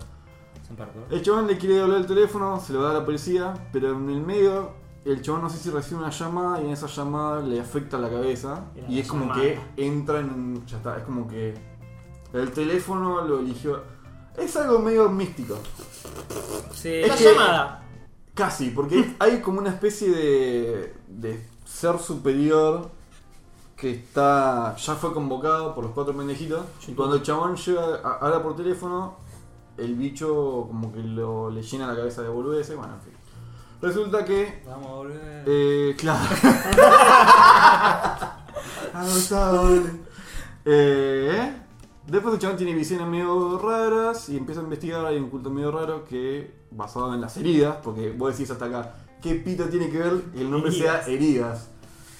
Son parkour. El chabón le quiere doblar el teléfono, se lo da a la policía, pero en el medio el chabón no sé si recibe una llamada y en esa llamada le afecta la cabeza. Era Y la es como llamada. que entra en un. Ya está, es como que. El teléfono lo eligió. Es algo medio místico. Sí. La Es que- llamada. Casi, porque hay como una especie de, de ser superior que está ya fue convocado por los cuatro pendejitos. Y cuando el chabón llega, a- habla por teléfono, el bicho como que lo, le llena la cabeza de boludeces. Bueno, en fin. Resulta que. Vamos a volver. eh, claro. Ah, Adoptado. Eh, después el chabón tiene visiones medio raras y empieza a investigar. Hay un culto medio raro que, basado en las heridas, porque vos decís hasta acá, ¿qué pito tiene que ver que el nombre Heridas. sea heridas?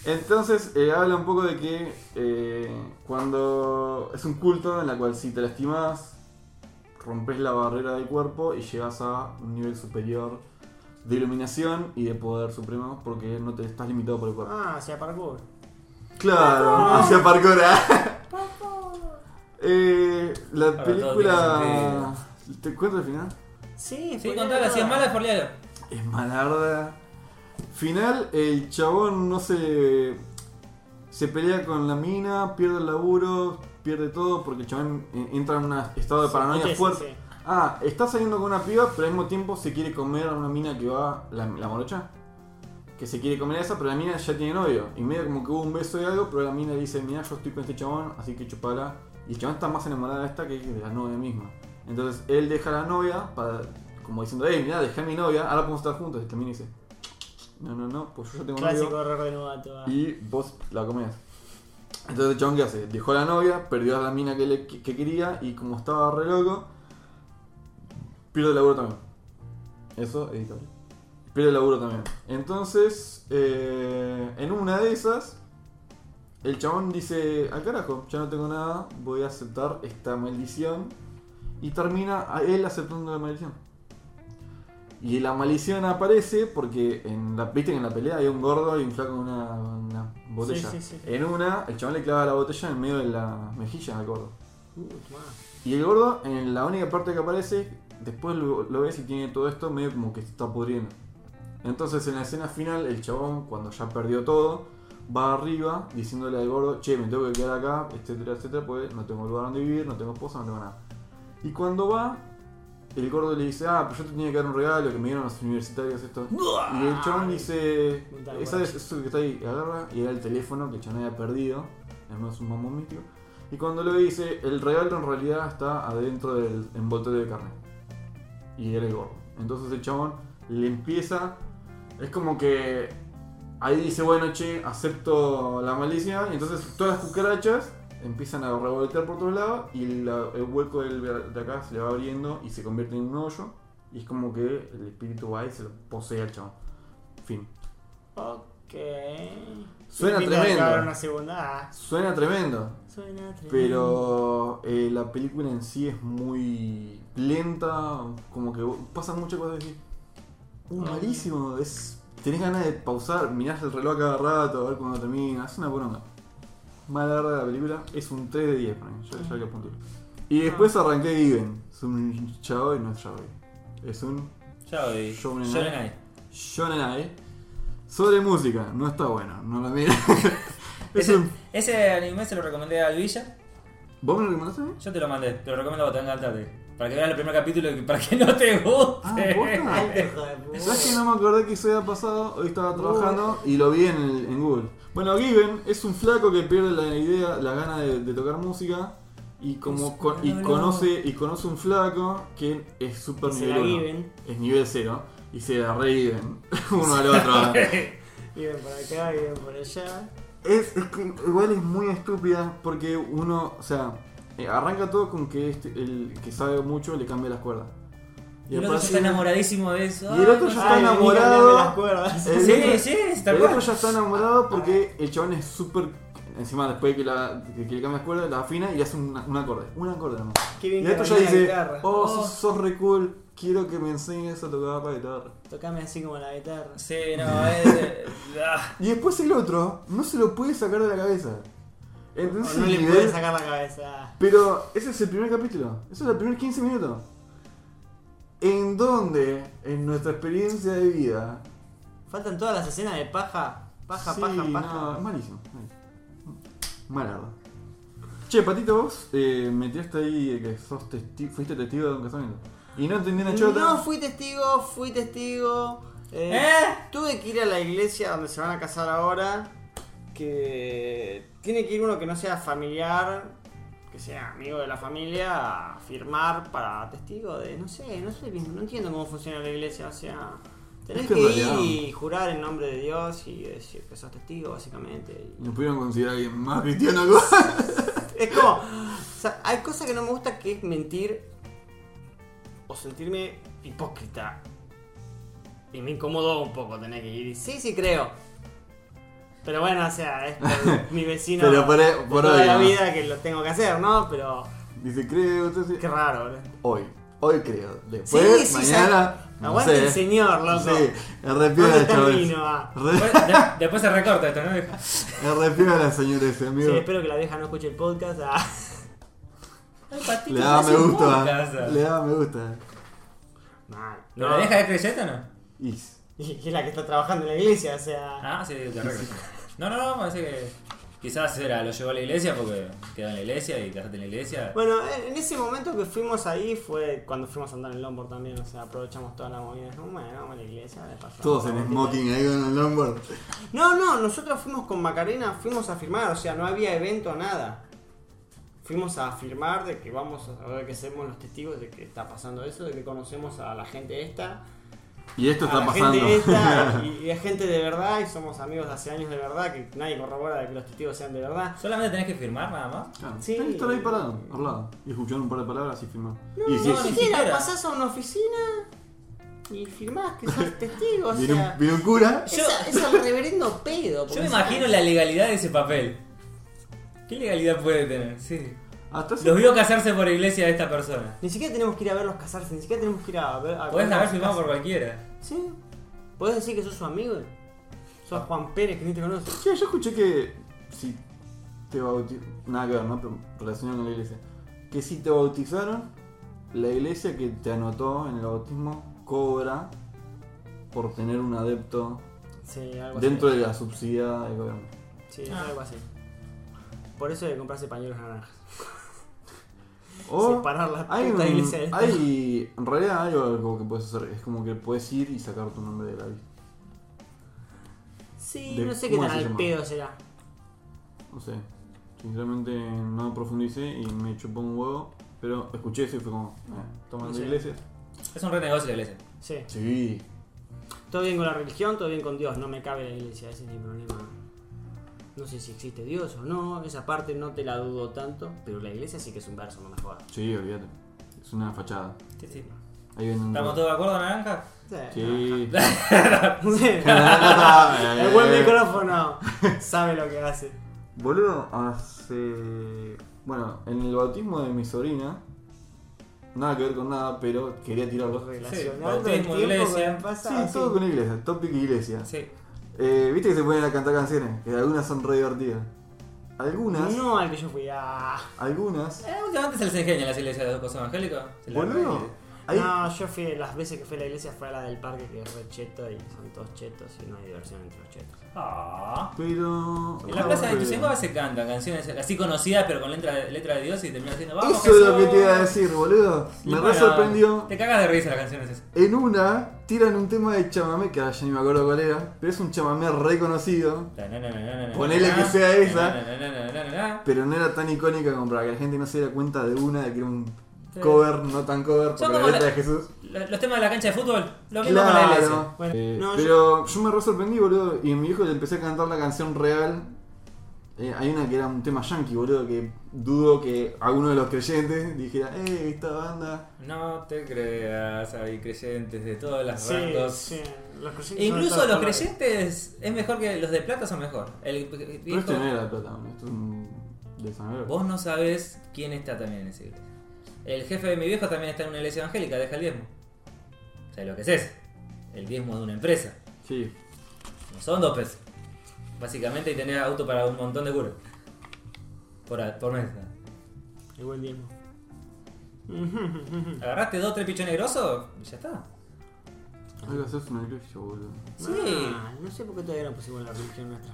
Entonces eh, habla un poco de que eh, cuando es un culto en la cual si te lastimas, rompes la barrera del cuerpo y llegas a un nivel superior de iluminación y de poder supremo porque no te estás limitado por el cuerpo. Ah, hacia parkour. Claro, hacia parkour. <laughs> ah. eh, la Ahora todo película. ¿Te cuento el final? Sí, Sí, spoiler contala, si es toda. mala, spoilealo. Es malarda. Final, el chabón no se. Se pelea con la mina, pierde el laburo, pierde todo porque el chabón en- entra en un estado de Sí, paranoia sí, sí, fuerte. sí. Ah, está saliendo con una piba, pero al mismo tiempo se quiere comer a una mina que va. La, la morocha. Que se quiere comer a esa, pero la mina ya tiene novio. Y medio como que hubo un beso de algo, pero la mina le dice: Mira, yo estoy con este chabón, así que chupala. Y el chabón está más enamorada de esta que de la novia misma. Entonces él deja a la novia, para, como diciendo: Hey, mira, dejé a mi novia, ahora podemos estar juntos. Y la mina dice: No, no, no, pues yo ya tengo novio. Clásico horror de novato. ah. Y vos la comías. Entonces, John, ¿qué hace? Dejó a la novia, perdió a la mina que, le- que quería y como estaba re loco, pierde el laburo también. Eso, editable. Pierde el laburo también. Entonces, eh, en una de esas, el chabón dice: Al carajo, ya no tengo nada, voy a aceptar esta maldición. Y termina a él aceptando la maldición. Y la maldición aparece porque en la, viste que en la pelea hay un gordo y un flaco con una, una botella. Sí, sí, sí. En una, el chabón le clava la botella en medio de la mejilla al gordo. Uh, tomá. Y el gordo, en la única parte que aparece, después lo, lo ves y tiene todo esto medio como que se está pudriendo. Entonces en la escena final, el chabón, cuando ya perdió todo, va arriba diciéndole al gordo, che, me tengo que quedar acá, etcétera, etcétera, pues no tengo lugar donde vivir, no tengo esposa, no tengo nada. Y cuando va, el gordo le dice, ah, pero yo te tenía que dar un regalo que me dieron los universitarios esto. Y el chabón dice, Montale, esa es eso que está ahí, agarra y era el teléfono que el chabón había perdido, además es un mamón mítico. Y cuando lo dice, el regalo en realidad está adentro del envoltorio de carne. Y era el gordo. Entonces el chabón le empieza. Es como que. Ahí dice, bueno, che, acepto la malicia. Y entonces todas las cucarachas empiezan a revoltear por todos lados. Y la- el hueco del, de acá se le va abriendo y se convierte en un hoyo. Y es como que el espíritu va y se lo posee al chabón. Fin. Ok. Suena Pinta de tremendo. acabar una segunda. Ah, Suena tremendo. suena tremendo. Pero eh, la película en sí es muy lenta, como que pasan muchas cosas así. Uh, malísimo, es, tenés ganas de pausar, mirás el reloj a cada rato, a ver cuándo termina, es una poronga. Mala larga la película, es un 3 de 10 para mí, yo ya que apunté. Y después arranqué Given, es un chavo y no es chavo. Es un Ya voy. Shonen Ai. Shonen Ai. shonen Ai sobre música, no está bueno, no la mira. <laughs> es Ese, un... ese anime se lo recomendé a Villa. ¿Vos me lo recomendaste? Yo te lo mandé, te lo recomiendo a te va a encantar, eh. Para que veas el primer capítulo y para que no te guste. Ah, ¿posta? <laughs> Hijo de puta. ¿Sabes que no me acordé que eso había pasado? Hoy estaba trabajando y lo vi en, el- en Google. Bueno, Given es un flaco que pierde la idea, la gana de, de tocar música y como co- y conoce y conoce un flaco que es super Y se la nivel uno. given. Es nivel cero y se la re given <laughs> uno al otro. Iban por acá, iban por allá. Es, es que igual es muy estúpida porque uno, o sea, eh, arranca todo con que este- el que sabe mucho le cambia las cuerdas. Y el otro aparece- ya está enamoradísimo de eso. Y el Ay, otro no ya sé. está Ay, vení, enamorado. cambiame las cuerdas. el otro- Sí, sí, tal el otro cual. ya está enamorado porque el chabón es súper. Encima, después que, la, que, que le cambia la escuela, la afina y hace un, un acorde. Un acorde nomás. Qué Y bien el que otro ya arreglé la dice: guitarra. Oh, Oh. Sos, sos re cool, quiero que me enseñes a tocar la guitarra. Tocame así como la guitarra. Sí, no, es. eh, ah. Y después el otro no se lo puede sacar de la cabeza. Entonces, O Oh, no el le nivel- puede sacar la cabeza. Pero ese es el primer capítulo. Eso es el primer 15 minutos. En donde, en nuestra experiencia de vida, Faltan todas las escenas de paja. Paja, Sí, paja, paja. no, es malísimo. Malardo. Che, Patito, vos eh, metiaste ahí que sos testi- fuiste testigo de un casamiento. Y no entendí una chota. No fui testigo, fui testigo. Eh, ¿Eh? Tuve que ir a la iglesia donde se van a casar ahora. Que tiene que ir uno que no sea familiar, que sea amigo de la familia, a firmar para testigo de. No sé, no sé bien, no entiendo cómo funciona la iglesia. O sea, tenés Es que que, en realidad- ir y jurar en nombre de Dios y decir que sos testigo, básicamente. y- Nos pudieron considerar alguien más cristiano que vos. <laughs> Es como. o sea, hay cosas que no me gusta que es mentir o sentirme hipócrita. Y me incomodó un poco tener que ir. y, Sí, sí, creo. Pero bueno, o sea, es por mi vecino Pero por- de por toda hoy, la ¿no? vida que lo tengo que hacer, ¿no? Pero Dice, creo, entonces, qué raro, boludo. hoy. Hoy creo. Después, mañana. sa- no Aguante sé. el señor, loco. Sí, ¿Dónde arrepiada, está el chavales. vino? Ah. <laughs> Después, de- después se recorta esto, ¿no? Arrepiada la señora ese, Sí, amigo. espero que la vieja no escuche el podcast. ah. <laughs> Ay, patito, Le daba hace me un gusta. podcast. ah. Le daba me gusta. Mal. ¿Pero la vieja es creyente o no? Is. <laughs> Y que es la que está trabajando en la iglesia, o sea. Ah, sí, correcto. No, no, no, parece que quizás era, lo llevó a la iglesia porque quedó en la iglesia y casaste en la iglesia. Bueno, en en ese momento que fuimos ahí fue cuando fuimos a andar en Lombard también, o sea, aprovechamos toda la movida. Dijimos, Bueno, vamos a la iglesia, de paso. Todos en vamos a- smoking ahí con el longboard. No, no, nosotros fuimos con Macarena, fuimos a firmar, o sea, no había evento, nada. Fuimos a firmar de que vamos a ver que somos los testigos de que está pasando eso, de que conocemos a la gente esta, Y esto a está la pasando. gente <laughs> esta, y, y a gente de verdad, y somos amigos de hace años de verdad, que nadie corrobora de que los testigos sean de verdad. Solamente tenés que firmar nada más. Claro, Sí. tenés que estar ahí parado, al lado, y escuchar un par de palabras y firmar. y No, sí, no, sí. ni sí. siquiera pasás a una oficina y firmás que <laughs> sos testigo, o Viene, un, sea, viene un cura. es, a- es el reverendo Yo pedo. porque Pues, me imagino eh. la legalidad de ese papel. ¿Qué legalidad puede tener? Sí. Hasta Los se vio casarse por iglesia de esta persona. Ni siquiera tenemos que ir a verlos casarse, ni siquiera tenemos que ir a ver. A Podés verlos haber firmado por casarse. cualquiera. Sí. Podés decir que sos su amigo. Ah. Sos Juan Pérez, que ni te conoce. Che, yo escuché que si te bautizaron. Nada que ver, ¿no? Pero relacionado con la iglesia. Que si te bautizaron, la iglesia que te anotó en el bautismo cobra por tener un adepto Sí, algo dentro así. de la subsidiada del gobierno. Sí, es Ah. algo así. Por eso de comprarse pañuelos naranjas. O Separar la Oh, hay, puta un- iglesia de- hay- en realidad hay algo que puedes hacer, es como que puedes ir y sacar tu nombre de la lista. Sí, De- no sé qué ¿cómo tan se al llama? pedo será. No sé, sinceramente no profundicé y me chupó un huevo, pero escuché eso y fue como, eh, tomando No sé. iglesias. Es un re negocio la iglesia. Sí. Sí, Todo bien con la religión, todo bien con Dios, no me cabe la iglesia, ese es mi problema. No sé si existe Dios o no, esa parte no te la dudo tanto, pero la iglesia sí que es un verso, no me jodas. sí, olvídate. Es una fachada. Sí, sí. Ahí venden ¿Estamos todo. todos de acuerdo, naranja? Sí. <laughs> Sí. El buen micrófono sabe lo que hace. Boludo, hace. Bueno, en el bautismo de mi sobrina, nada que ver con nada, pero quería tirarlo. Sí, Relacionando el bautismo, tiempo iglesia. que pasa. así. todo con iglesia, tópico iglesia. Sí. Eh, Viste que se ponen a cantar canciones, que algunas son re divertidas. Algunas, No al que yo fui ah. a. algunas. Eh, últimamente se les engenia las iglesias de los cosas evangélicos. Se les Boludo, re- hay- No, yo fui, las veces que fui a la iglesia fue a la del parque que es re cheto y son todos chetos y no hay diversión entre los chetos. Ah. Pero. En la plaza de Ituzaingó a veces cantan canciones así conocidas pero con letra, letra de Dios y terminan diciendo vamos Eso es lo que Jesús". te iba a decir, boludo. Y Me re bueno, sorprendió. Te cagas de risa las canciones esas. En una tiran un tema de chamamé, que ahora ya ni me acuerdo cuál era, pero es un chamamé reconocido, Na, na, na, na, na, Ponele na, que sea na, esa. na, na, na, na, na, na. pero no era tan icónica como para que la gente no se diera cuenta de una, de que era un Sí. cover, no tan cover, porque Son la como letra la- de Jesús. Lo- Los temas de la cancha de fútbol, lo mismo con la iglesia. Claro. Bueno, Eh, no, pero yo... me re sorprendí, boludo, y a mi hijo le empecé a cantar la canción real. Eh, hay una que era un tema yankee, boludo, que dudo que alguno de los creyentes dijera, eh, esta banda. No te creas, hay creyentes de todos los Sí, rangos. sí, los creyentes E incluso los son de todos colores. creyentes es mejor que los de plata son mejor. El Pero este viejo- no era de plata, boludo, esto es un de San Gabriel. Vos no sabés quién está también en esa iglesia. El jefe de mi viejo también está en una iglesia evangélica, deja el diezmo. O sea, lo que es eso. El diezmo de una empresa. Sí, No son dos pesos. Básicamente, y tenés auto para un montón de curas. Por, a- por mes. El buen diezmo. Mm. Agarraste dos, tres pichones grosos y ya está. es Hay que hacerse una eclipse, boludo. Sí. Ah, no sé por qué todavía no pusimos la religión nuestra.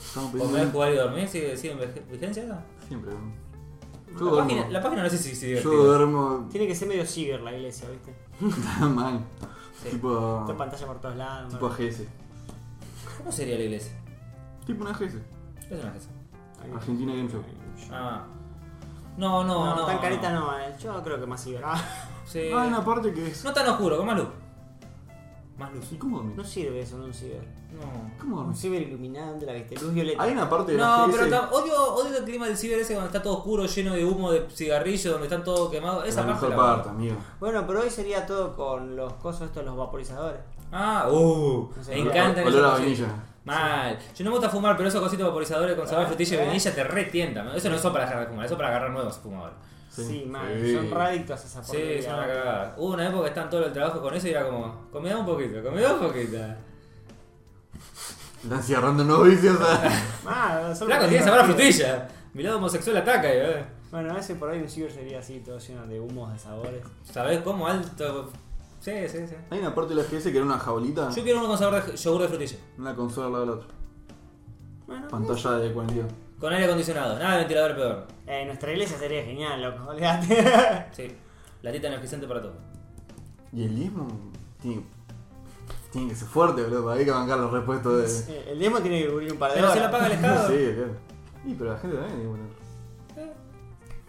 Estamos Comer, pidiendo jugar y dormir, sigue, sigue en vig- vigencia eso. siempre. boludo. Yo La página, duermo. la página no sé si, si Yo divertida. duermo Tiene que ser medio Seeger la iglesia, ¿viste? Ah. mal. Sí. Tipo. Esta pantalla por todos lados. Tipo ¿no? AGS. ¿Cómo sería la iglesia? Tipo una AGS. ¿Qué es una iglesia? Ahí. Argentina Game Show. Ah. No, no, No, no. tan careta no, eh. yo creo que más Seeger. Ah, Sí. Ah, hay una parte que es. No tan oscuro, con más luz. Más luz. ¿Y cómo no dormís? sirve eso, no un Seeger. No. ¿Cómo Un dormís? Seeger iluminado, la viste, luz violeta. Hay una parte de la No, pero AGS. tam- odio, odio el clima del ciber ese cuando está todo oscuro, lleno de humo, de cigarrillo, donde están todos quemados. Esa La parte. mejor la- parte, amigo. Bueno, pero hoy sería todo con los cosos estos, los vaporizadores. Ah, uh. No sé, Me olor- encantan Olor esas a cositas. vainilla. Mal. Yo no me gusta fumar, pero esos cositos vaporizadores con sabor a frutilla y ¿eh? vainilla te retientan. ¿no? Eso no son para dejar de fumar, eso es para agarrar nuevos fumadores. Sí. Sí, man, Sí. son radictos a esa Sí, porquería. son una cagada. Hubo una época que estaban todo el trabajo con eso y era como, comida un poquito, comida un poquito. Están cerrando novicios. <laughs> Ah, son Flaco, los- tiene sabor a frutilla. Mi lado homosexual ataca, y, eh. Bueno, ese por ahí un ciber sería así, todo lleno de humos, de sabores. ¿Sabés cómo alto? Sí, sí, sí. Hay una parte de la AGS que era una jaulita. Yo quiero uno con sabor de yogur de frutilla. Una consola al lado de la otra. Bueno, Pantalla de 42. Con aire acondicionado, nada de ventilador peor. eh, nuestra iglesia sería genial, loco, olvídate. <laughs> Sí. La tita energizante para todo. Y el diezmo tiene, tiene que ser fuerte, boludo. Hay que bancar los repuestos de. Sí, Eh, El demo tiene que cubrir un par de Pero se horas. la paga <laughs> el Estado. claro. Y pero la gente también tiene que poner.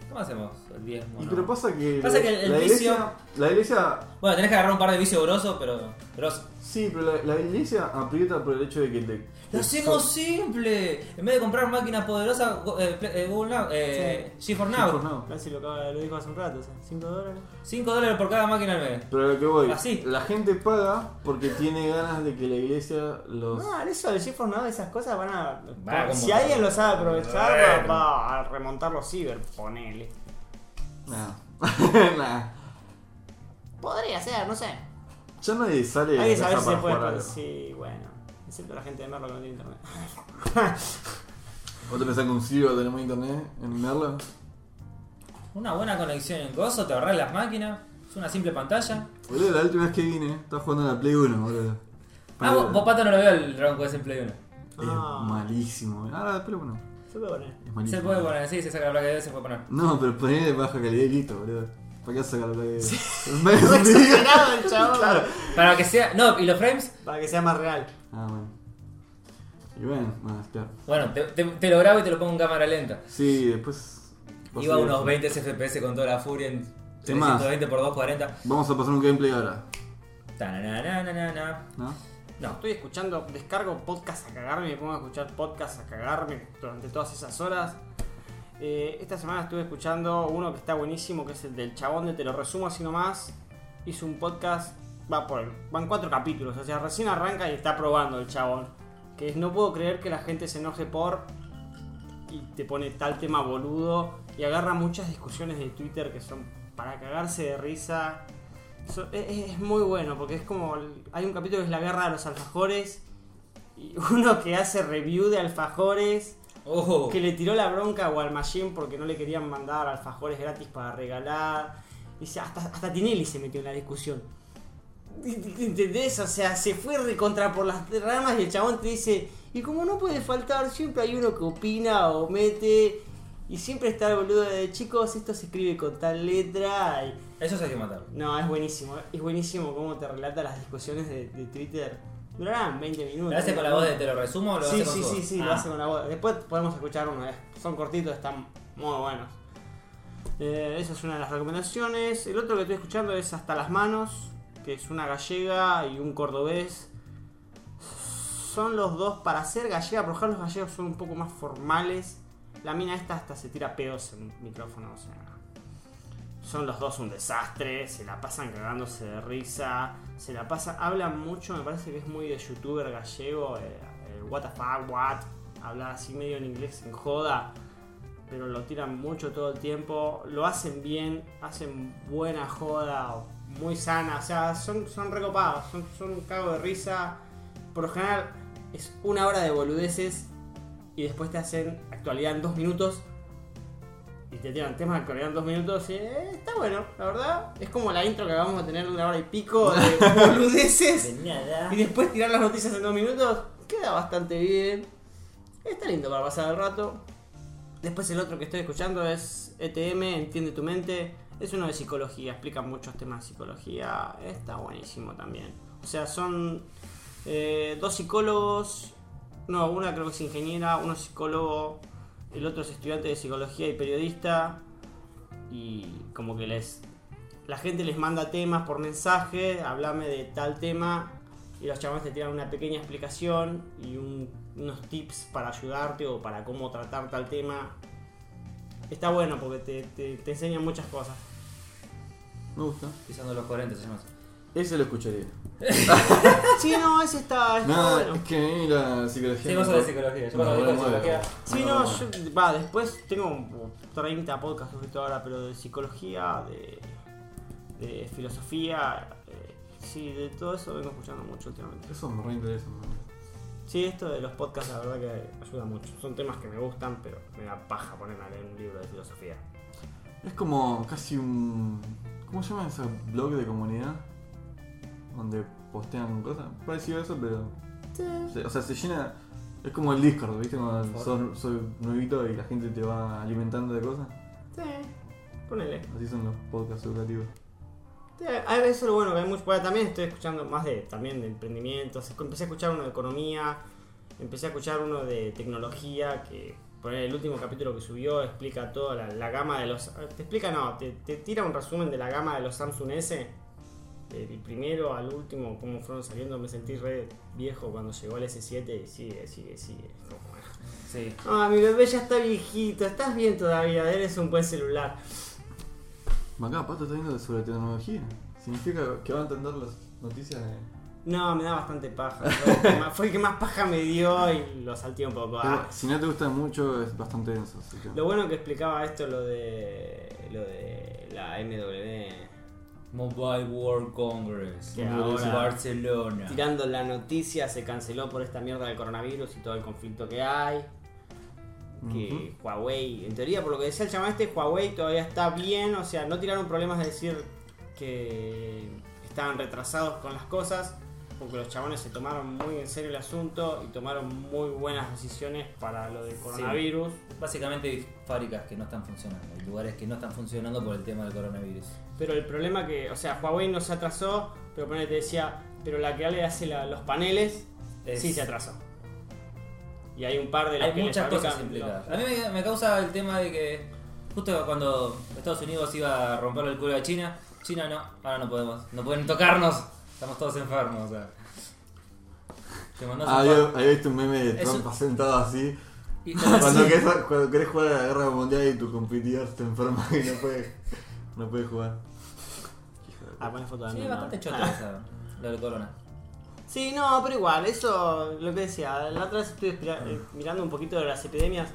¿Cómo hacemos el diezmo? Y no? pero pasa que. Pasa que el- el la iglesia. La iglesia. Bueno, tenés que agarrar un par de vicios grosos, pero. grosos. Sí, pero la, la iglesia aprieta por el hecho de que te. Lo hacemos simple. En vez de comprar máquinas poderosas, go- eh, Play- eh, Google Now, eh, G4 Now. No. Nancy lo, acaba- lo dijo hace un rato, o sea, 5 dólares. 5 dólares por cada máquina al mes. Pero a lo que voy, Así. la gente paga porque tiene ganas de que la iglesia los. No, eso del GeForce Now, esas cosas van a. Va, si como- alguien lo sabe aprovechar, Bueno. va, va a remontar los ciber, ponele. Nada. <laughs> Nah. Podría ser, no sé. Ya nadie sale de Hay que la saber casa si se para puede. jugar pero algo. Sí, bueno. Excepto la gente de Merlo que no tiene <laughs> internet. ¿Vos te pensás que un ciber tenemos internet en Merlo? Una buena conexión en gozo, te ahorras las máquinas. Es una simple pantalla. Boludo, la última vez que vine, estaba jugando en la Play 1, boludo. Ah, vos, vos, pato no lo veo el Dragon Quest en Play 1. Es Ah. malísimo. Ah, Ahora, pero bueno, Se puede poner. es malísimo. Se puede poner, sí, se saca la placa de video, se puede poner. No, pero poné de baja calidad y listo, boludo. ¿Para qué sacar la Play 1? <laughs> <laughs> Exagerado el chabón. Para que sea. No, ¿y los frames? Para que sea más real. Ah, bueno. Y bueno, nada, claro. Bueno, te, te- te lo grabo y te lo pongo en cámara lenta. Sí, después. Iba a unos eso. 20 FPS con toda la furia en ¿Qué más? 320 por 240. Vamos a pasar un gameplay ahora, Tananananana. ¿no? No, Estoy escuchando, descargo podcast a cagarme, me pongo a escuchar podcast a cagarme durante todas esas horas. Eh, esta semana estuve escuchando uno que está buenísimo, que es el del chabón de Te lo resumo así nomás. Hizo un podcast, va por, van cuatro capítulos, o sea, recién arranca y está probando el chabón. Que es, no puedo creer que la gente se enoje por y te pone tal tema boludo y agarra muchas discusiones de Twitter que son para cagarse de risa. So- es- es, es muy bueno porque es como el- hay un capítulo que es la guerra de los alfajores y <laughs> uno que hace review de alfajores ojo. que le tiró la bronca a Walmachín porque no le querían mandar alfajores gratis para regalar. Y se- hasta, hasta Tinelli se metió en la discusión. ¿Entendés? O sea, se fue recontra por las ramas y el chabón te dice, y como no puede faltar, siempre hay uno que opina o mete. Y siempre está el boludo de chicos, esto se escribe con tal letra. y- Eso hay que matarlo. no, es buenísimo. Es buenísimo cómo te relata las discusiones de, de Twitter. Durarán 20 minutos. ¿Lo hace con la voz de te lo resumo o lo Sí, hace con sí, su sí, voz? sí, Ah. lo hace con la voz. Después podemos escuchar uno. eh. Son cortitos, están muy buenos. Eh, esa es una de las recomendaciones. El otro que estoy escuchando es Hasta las Manos, que es una gallega y un cordobés. Son los dos para ser gallega, pero ojalá los gallegos son un poco más formales. La mina esta hasta se tira pedos en micrófono, o sea. Son los dos un desastre, se la pasan cagándose de risa, se la pasan, hablan mucho, me parece que es muy de youtuber gallego, eh, el what the fuck, what, habla así medio en inglés en joda, pero lo tiran mucho todo el tiempo, lo hacen bien, hacen buena joda, muy sana, o sea, son, son recopados, son, son un cago de risa, por lo general es una hora de boludeces y después te hacen actualidad en dos minutos y te tiran temas que duran dos minutos y eh, está bueno, la verdad. Es como la intro que vamos a tener de una hora y pico de De boludeces. nada. Y después tirar las noticias en dos minutos. Queda bastante bien. Está lindo para pasar el rato. Después el otro que estoy escuchando es ETM, Entiende tu mente. Es uno de psicología, explica muchos temas de psicología. Está buenísimo también. O sea, son eh, dos psicólogos. No, una creo que es ingeniera, uno es psicólogo, el otro es estudiante de psicología y periodista. Y como que les. La gente les manda temas por mensaje, hablame de tal tema. Y los chavales te tiran una pequeña explicación y un- unos tips para ayudarte o para cómo tratar tal tema. Está bueno porque te, te, te enseñan muchas <laughs> cosas. Me gusta. Pisando los 40 se llama. eso. Ese lo escucharía. Sí, no, ese está, está Nada, bueno. es que a mí la psicología. Ah, Sí, vos sos de psicología, yo No, cuando no, digo de no, psicología. Sí, no, no, no. yo- va, después tengo como 30 podcasts suscritos ahora, pero de psicología, de, de filosofía, eh, sí, de todo eso vengo escuchando mucho últimamente. Eso me reinteresa. man. Sí, esto de los podcasts la verdad que ayuda mucho. Son temas que me gustan, pero me da paja ponerme a leer un libro de filosofía. Es como casi un. ¿Cómo se llama ese blog de comunidad? Donde postean cosas. Parecido a eso, pero. se- O sea, se llena. Es como el Discord, ¿viste? Cuando sos, sos nuevito y la gente te va alimentando de cosas. Sí, ponele. Así son los podcasts educativos. Sí, a veces lo bueno que hay mucho. Bueno, también estoy escuchando más de también de emprendimientos. Empecé a escuchar uno de economía, empecé a escuchar uno de tecnología, que por el último capítulo que subió explica toda la, la gama de los. Te explica, no, te, te tira un resumen de la gama de los Samsung S. Del primero al último, cómo fueron saliendo, me sentí re viejo cuando llegó el S7 y sigue, sigue, sigue. Como, Sí. Ah, mi bebé ya está viejito, estás bien todavía, eres un buen celular. Acá Pato está viendo sobre tecnología. Significa que va a entender las noticias de. No, me da bastante paja. Fue el que más, fue el que más paja me dio y lo salté un poco. Ah, Pero si no te gusta mucho, es bastante denso. así que- Lo bueno que explicaba esto lo de. lo de la MW. Mobile World Congress. Que ahora- Barcelona. Tirando la noticia, se canceló por esta mierda del coronavirus y todo el conflicto que hay. Que Huawei, en teoría, por lo que decía el chamán este, Huawei todavía está bien. O sea, no tiraron problemas de decir que estaban retrasados con las cosas. Porque los chabones se tomaron muy en serio el asunto y tomaron muy buenas decisiones para lo del coronavirus. Básicamente hay fábricas que no están funcionando, hay lugares que no están funcionando por el tema del coronavirus. Pero el problema que, o sea, Huawei no se atrasó, pero ponele, te decía, pero la que le hace la- los paneles, Es- sí se atrasó. Y hay un par de las Hay que le muchas fabrican cosas implicadas. los- A mí me, me causa el tema de que justo cuando Estados Unidos iba a romper el culo a China, China no, ahora no podemos, no pueden tocarnos, estamos todos enfermos. O sea. Te mandás un Ah, par- había, había visto un meme de Eso- Trump sentado así. y- <laughs> Cuando, querés, cuando querés jugar a la guerra mundial y tu competidor te enferma y no puede, no puede jugar. Ah, poné foto de Sí, mí, es no. bastante choto Ah. esa, lo del corona. Sí, no, pero igual, eso, lo que decía, la otra vez estuve espira- eh, mirando un poquito de las epidemias.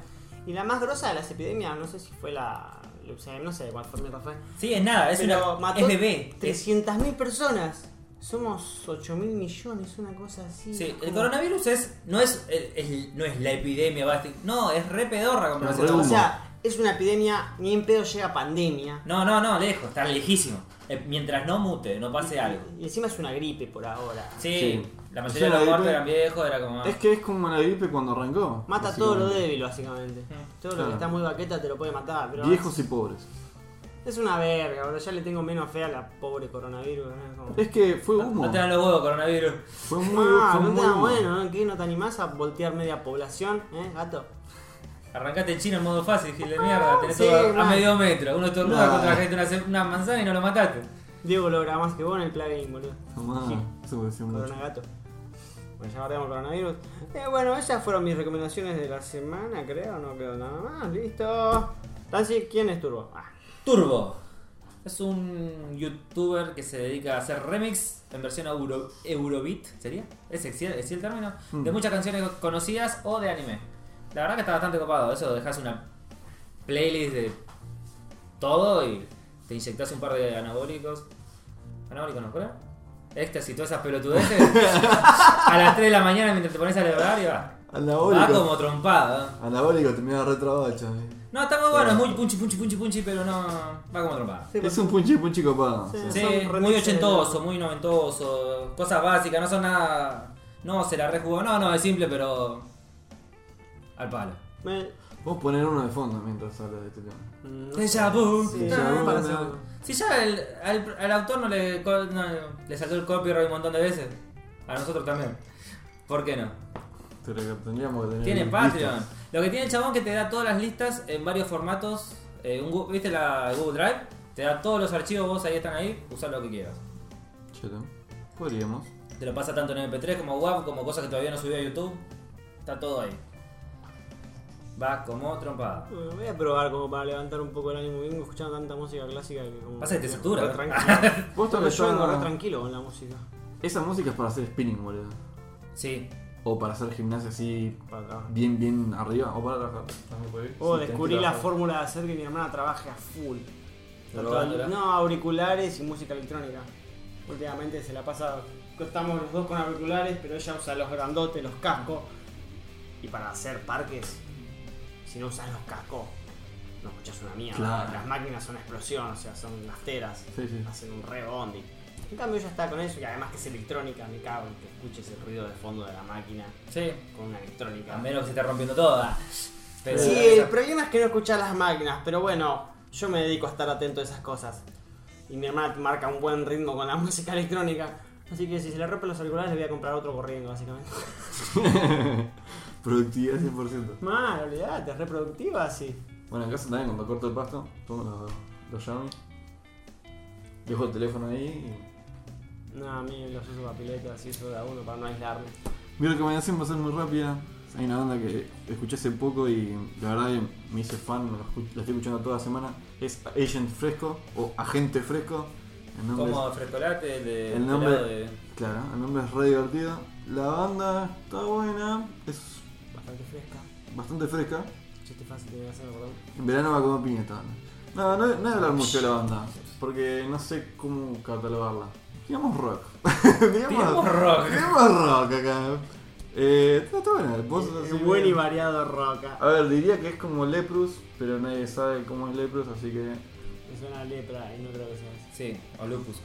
Y la más grosa de las epidemias, no sé si fue la leucemia, no sé cuál fue mi fue. Sí, es nada, es, Pero una, mató es bebé. es- 300.000 personas. Somos 8.000 millones, una cosa así. Sí, el Como- coronavirus es no es, el- es- no es la epidemia, basti- no, es re pedorra como Es lo re hacen. O sea, es una epidemia, ni en pedo llega pandemia. No, no, no, lejos, está lejísimo. Eh, mientras no mute, no pase algo. Y encima es una gripe por ahora. Sí, Sí. la Sí, mayoría de la los muertos gripe- eran viejos, era como. ah, Es que es como la gripe cuando arrancó. Mata todo lo básicamente. débil, básicamente. Todo lo Claro. que está muy baqueta te lo puede matar. Pero Viejos y pobres. Es una verga, bro. Ya le tengo menos fe a la pobre coronavirus. ¿no? Como- Es que fue humo. No te dan "Ah, los huevos, coronavirus. Fue muy, Ah, fue no muy te da humo. bueno, ¿no? ¿Qué? ¿No te animás a voltear media población, eh, gato? Arrancaste en China en modo fácil, gil de mierda. Tenés Sí, todo a- a, mal. medio metro. Uno estornuda Nah. contra la gente una, ce- una manzana y no lo mataste. Diego logra más que vos en el plugin, boludo. Tomá, Sí. eso me decía mucho. Coronagato. Bueno, Pues ya guardamos coronavirus. Eh, bueno, esas fueron mis recomendaciones de la semana, creo. No creo nada más. Listo. Nancy, ¿quién es Turbo? Ah. Turbo. Es un youtuber que se dedica a hacer remix en versión euro, Eurobeat, ¿sería? ¿Es sexy- es el término? De muchas canciones conocidas o de anime. La verdad que está bastante copado. Eso, dejas una playlist de todo y te inyectas un par de anabólicos. ¿Anabólicos no, fuera? Éxtasis y todas esas pelotudeces. a las 3 de la mañana mientras te pones a celebrar y va. Va Anabólico. como trompado. ¿eh? Anabólico terminaba retrabado, chaval. No, está muy bueno, es muy punchi, punchi, punchi, punchi, pero no. Va como trompada. Sí, Es un punchi punchi copado. Sí. o sea. Sí, Son muy remixes de- ochentoso, muy noventoso, cosas básicas, no son nada. No, se la rejugó, no, no, es simple, pero. al palo. me- Vos poner uno de fondo mientras hablas de este tema. no sé. Deja vu. Sí, Deja vu, para no. hacerlo. Si ya el- al, al autor no le, co- no le saltó el copyright un montón de veces, a nosotros también. ¿Por qué no? Pero que tendríamos que tener. Tiene un Patreon. listo. Lo que tiene el chabón que te da todas las listas en varios formatos. eh, un Gu- ¿Viste la Google Drive? Te da todos los archivos, vos ahí están ahí, usá lo que quieras. Cheto. Podríamos. Te lo pasa tanto en MP3 como WAV, como cosas que todavía no subió a YouTube. Está todo ahí. Va como trompada. Bueno, mm, voy a probar como para levantar un poco el ánimo. Vengo escuchando tanta música clásica que como. Pasa que te satura, Re ¿no? tranquilo. <laughs> Vos Porque tocas yo vengo re yo. tranquilo con la música. Esa música es para hacer spinning, boludo. Sí. O para hacer gimnasia así. Para acá. Bien, bien arriba. O para trabajar. También puede ir. Sí, O tenés Oh, descubrí que la trabajar. fórmula de hacer que mi hermana trabaje a full. Tanto- Drogándola. No, auriculares y música electrónica. Últimamente se la pasa. Estamos los dos con auriculares, pero ella usa los grandotes, los cascos. Y para hacer parques, si no usas los cascos, no escuchas una mierda. Claro. Las máquinas son una explosión, o sea, son unas teras. Sí, sí. Hacen un re bondi. En cambio, ella está con eso y además que es electrónica, me cago en que escuches el ruido de fondo de la máquina Sí. con una electrónica. A menos que se está rompiendo toda. Pero- Sí, el problema es que no escuchas las máquinas, pero bueno, yo me dedico a estar atento a esas cosas. Y mi hermana marca un buen ritmo con la <laughs> música electrónica. Así que si se le rompen los auriculares, le voy a comprar otro corriendo, básicamente. <laughs> Productividad 100%. <laughs> Mal, olvidate, es reproductiva, sí. Bueno, en casa también cuando corto el pasto, pongo los, los Xiaomi. Dejo el teléfono ahí No, a mí los uso para pileta, así uso de a uno para no aislarme. y. Mi recomendación va a ser muy rápida. Hay una banda que escuché hace poco y la verdad que me hice fan, la, escu- la estoy escuchando toda la semana. Es Agent Fresco o Agente Fresco. El nombre es- Como frescolate el de El nombre- helado de- claro, el nombre es re divertido. La banda está buena, es Bastante fresca. bastante fresca. Chiste fácil de hacerlo, perdón. En verano va como piña esta banda. No, no, no voy a hablar mucho de la banda, porque no sé cómo catalogarla. Digamos rock. <laughs> digamos, Digamos rock. Digamos rock acá. Eh, está, está buena. Vos Eh, así buen que- y variado ah. roca. A ver, diría que es como Leprus, pero nadie sabe cómo es Leprus, así que. Me suena a lepra y no creo que sea eso. Sí, o lupus.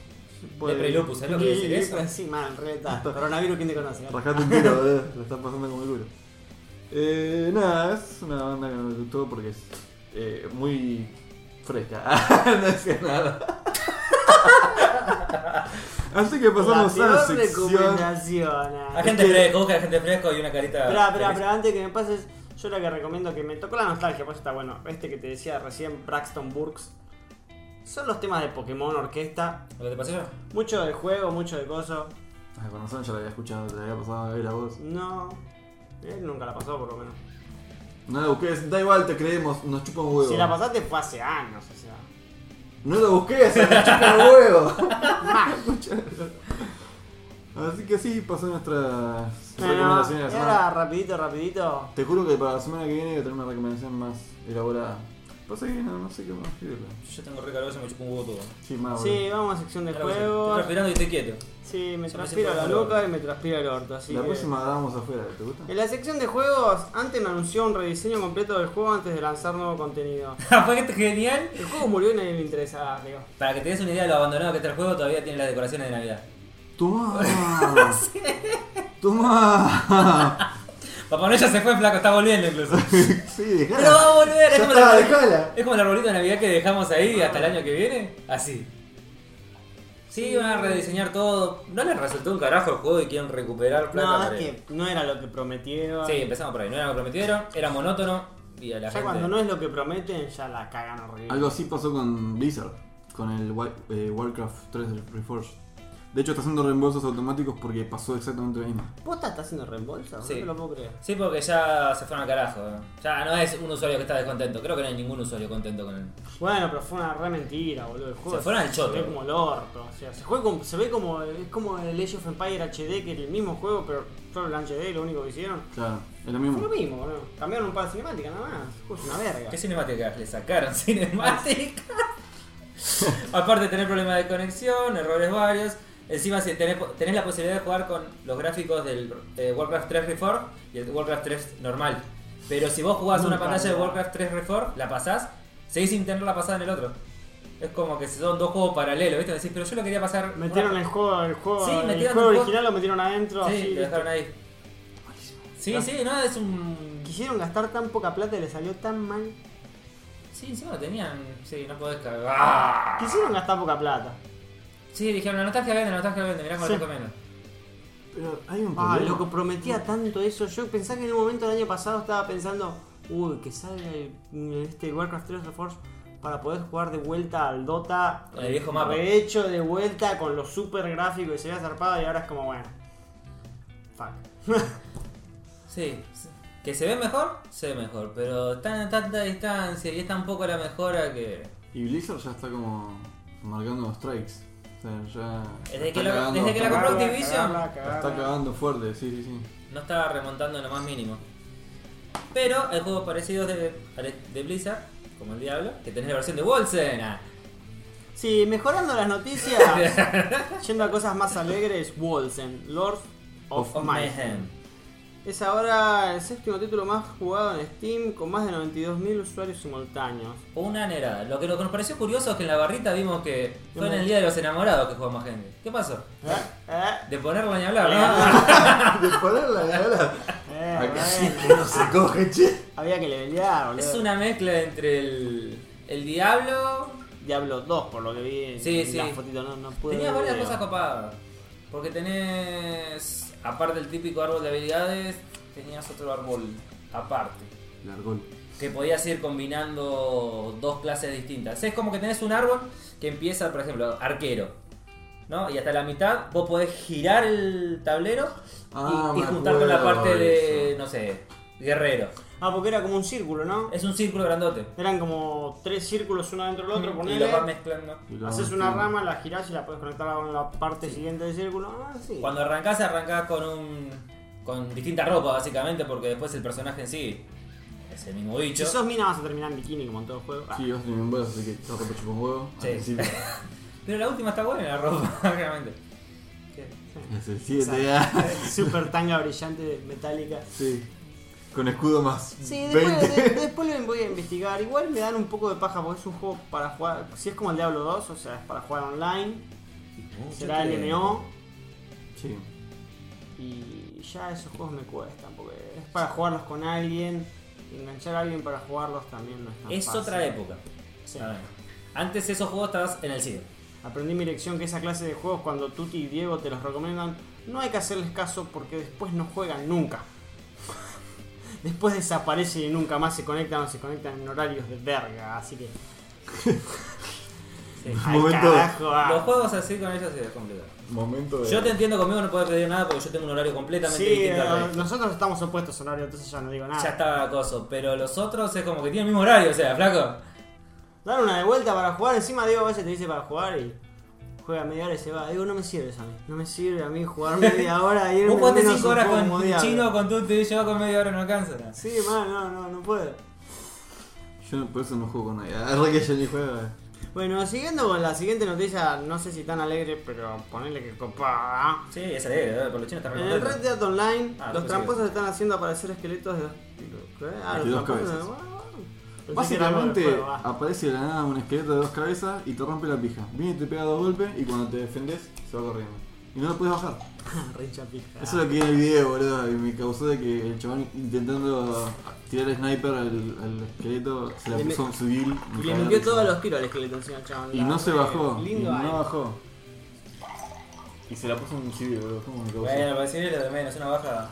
puede- Lepra y lupus, ¿sabes lo que quiere decir eso? Lepra, Sí, mal, reta. Coronavirus, ¿quién te conoce? Rajate un <laughs> tiro, boludo. Lo están pasando como el culo. Eh, nada, es una banda que me gustó porque es eh, muy fresca. <laughs> no decía nada. Así que pasamos La a la peor sección. recomendación. ah. Agente que- fresco, busca agente fresco y una carita. Ah, Espera, espera, feliz. espera, antes que me pases, yo la que recomiendo que me tocó la nostalgia, pues está bueno. Este que te decía recién, Braxton Burks. Son los temas de Pokémon Orquesta. ¿Lo que te pasé yo? Mucho de juego, mucho de coso. Ah, con razón ya la había escuchado, te la había pasado a ver la voz. No. Él nunca la pasó, por lo menos. No la busques, da igual, te creemos, nos chupa un huevo. Si la pasaste fue hace años, o sea. No la busques, nos chupa un huevo. <laughs> Así que así pasó nuestras No, no, recomendaciones de la Y semana. ahora, rapidito, rapidito. Te juro que para la semana que viene voy a tener una recomendación más elaborada. Pasa que no, no sé qué más escribirla. Yo tengo re calor, se me chupó un huevo todo. Sí, más Sí, vamos a sección de Claro que sí. Estoy juegos. respirando y estoy quieto. <laughs> Sí, me Ya me transpira siento la calor. nuca y me transpira el orto, así La que- próxima grabamos afuera, ¿te gusta? En la sección de juegos, antes me anunció un rediseño completo del juego antes de lanzar nuevo contenido. Fue que esto es genial. El juego murió y nadie le interesaba, digo. Para que te des una idea de lo abandonado que está el juego, todavía tiene las decoraciones de Navidad. ¡Tomá! <laughs> ¡Tomá! Papá Noel ya se fue, flaco, está volviendo incluso. <laughs> sí, dejala. Pero va a volver, es Ya como, está, el arbolito- dejala. es como el arbolito de Navidad que dejamos ahí hasta el año que viene. Así. Sí, van a rediseñar todo. No les resultó un carajo el juego y quieren recuperar plata. No, para es él. que no era lo que prometieron. Sí, empezamos por ahí. No era lo que prometieron, era monótono y a la ya gente... cuando no es lo que prometen, ya la cagan horrible. Algo así pasó con Blizzard, con el Wa- eh, Warcraft 3 del Reforged. De hecho, está haciendo reembolsos automáticos porque pasó exactamente lo mismo. ¿Posta está haciendo reembolso? Sí. No te lo puedo creer. Sí, porque ya se fueron al carajo. ¿no? Ya no es un usuario que está descontento. Creo que no hay ningún usuario contento con él. Bueno, pero fue una re mentira, boludo. El juego Se fueron al choto. Se ve como el orto. O sea, se, juega como, se ve como, es como el Age of Empire HD, que es el mismo juego, pero solo el HD, lo único que hicieron. Claro, es lo Fue mismo. lo mismo, boludo. Cambiaron un par de cinemáticas nada más. El juego es una verga. ¿Qué cinemáticas? Le sacaron <laughs> <laughs> cinemáticas. Aparte de tener problemas de conexión, errores varios. Encima si tenés, tenés la posibilidad de jugar con los gráficos del eh, Warcraft 3 Reform y el Warcraft 3 normal. Pero si vos jugás una Nunca, pantalla de no. Warcraft 3 Reform, la pasás, seguís sin tenerla pasada en el otro. Es como que son dos juegos paralelos, ¿viste? Decís, pero yo lo quería pasar. Metieron una- el juego, el juego, Sí, el metieron juego el juego- original lo metieron adentro. Sí, así, lo dejaron ahí. Buenísimo. Sí, Ah. sí, no, es un. Quisieron gastar tan poca plata y le salió tan mal. Sí, encima lo tenían. Sí, no podés cagar. ¡Ah! Quisieron gastar poca plata. Sí, dijeron, la nostalgia vende, la nostalgia vende, mirá cómo Sí. lo recomiendo. Pero hay un problema. Ah, loco, prometía tanto eso. Yo pensaba que en un momento del año pasado estaba pensando, uy, que salga el- este Warcraft 3 Reforged para poder jugar de vuelta al Dota. Con el viejo mapa. Rehecho de vuelta con los super gráficos y se había zarpado y ahora es como, bueno. Fuck. Sí, sí. que se ve mejor, se ve mejor, pero están a tanta distancia y es tan poco la mejora que. Y Blizzard ya está como marcando los strikes. O sea, ya. Desde está que lo- cagando desde que la bastante. compró Activision. La está cagando fuerte, sí, sí, <laughs> sí. No estaba remontando en lo más mínimo. Pero hay juegos parecidos de, de Blizzard, como el Diablo, que tenés la versión de Wolsen. Ah, Sí, mejorando las <laughs> noticias, yendo a cosas más alegres, Wolsen, Lord of, of Mayhem. Mayhem. Es ahora el séptimo título más jugado en Steam con más de 92.000 usuarios simultáneos. Una nerada. Lo que lo que nos pareció curioso es que en la barrita vimos que fue en el Día de los Enamorados que jugó más gente. ¿Qué pasó? ¿Eh? ¿Eh? De ponerlo ni hablar, Ah, ¿no? <laughs> De ponerla de ala. Eh, Acá sí bueno. que no se coge, che. Había que levelear, boludo. Es una mezcla entre el, el Diablo. Diablo 2, por lo que vi en Sí, sí. las fotitos, no, no pude Tenía ver varias video. cosas copadas. Porque tenés, aparte del típico árbol de habilidades, tenías otro árbol aparte. Largol. que podías ir combinando dos clases distintas. Es como que tenés un árbol que empieza, por ejemplo, arquero. ¿No? Y hasta la mitad vos podés girar el tablero y- Ah, y, me juntar con la acuerdo parte de, eso. no sé, guerrero. Ah, porque era como un círculo, ¿no? Es un círculo grandote. Eran como tres círculos uno dentro del otro, y ponele. lo vas mezclando. Y lo Haces avanzan. una rama, la girás y la puedes conectar con la parte siguiente del círculo. Ah, sí. Cuando arrancás, arrancás con un. con distinta ropa, básicamente, porque después el personaje en sí es el mismo bicho. Si sos mina vas a terminar en bikini como en todo juego. Ah. Sí, vos tenés un así que te ropa chupa un huevo. Sí. Al <laughs> principio. Pero la última está buena la ropa, <laughs> realmente. Que- Es el 7 ya. <laughs> Super tanga brillante metálica. Sí. Con escudo más. Sí, 20. después, de- después lo voy a investigar. Igual me dan un poco de paja porque es un juego para jugar. Si es como el Diablo 2, o sea, es para jugar online. Será MMO. Sí. Y ya esos juegos me cuestan porque es para jugarlos con alguien. Enganchar a alguien para jugarlos también no es tan Es fácil. otra época. Sí. A ver. Antes esos juegos estabas en el CIDO. Aprendí mi lección que esa clase de juegos cuando Tuti y Diego te los recomiendan, no hay que hacerles caso porque después no juegan nunca. <laughs> Después desaparecen y nunca más se conectan o se conectan en horarios de verga, así que... Sí. ¡Al Momento. carajo! ah. Los juegos así con ellos sí, es complicado. Momento de. Yo te entiendo conmigo, no puedo pedir nada porque yo tengo un horario completamente Sí, distinto al eh, resto. nosotros estamos opuestos a horario, entonces ya no digo Ya nada. estaba acoso, pero los otros es como que tienen el mismo horario, o sea, flaco. Dar una de vuelta para jugar, encima Diego a veces te dice para jugar y juega media hora y se va. Digo, no me sirve eso a mí, no me sirve a mí jugar media hora y irme Vos ponte menos 5 un horas juego con como un Diablo. chino, con tu y yo con media hora no alcanza. Sí, man, no, no, no puedo. Yo no- por eso no juego con nadie. Agarra que yo ni juego. eh. Bueno, siguiendo con la siguiente noticia, no sé si tan alegre, pero ponele que copada. Sí, es alegre, ¿eh? por los chinos Ah, está En el Red recontento. Dead Online, Ah, los sí. tramposos están haciendo aparecer esqueletos de los... ¿Qué? Ah, los 22 tramposos cabezas. de... bueno, bueno. Pensé Básicamente que era algo del juego, ah. aparece de la nada un esqueleto de dos cabezas y te rompe la pija. Viene y te pega dos golpes y cuando te defendes se va corriendo. Y no lo puedes bajar. Ah. <laughs> Re chapija. Eso es lo que vi en el video, boludo. Y me causó de que el chabón intentando tirar sniper al, al esqueleto se la Le puso me- en su build. me Y cagué le la metió risa. todos los tiros al esqueleto encima, chaval. Y no se bajó. y Lindo no ahí. bajó. Y se la puso en su build, boludo. ¿Cómo me causó? Bueno, pues para decirle lo de menos, una baja.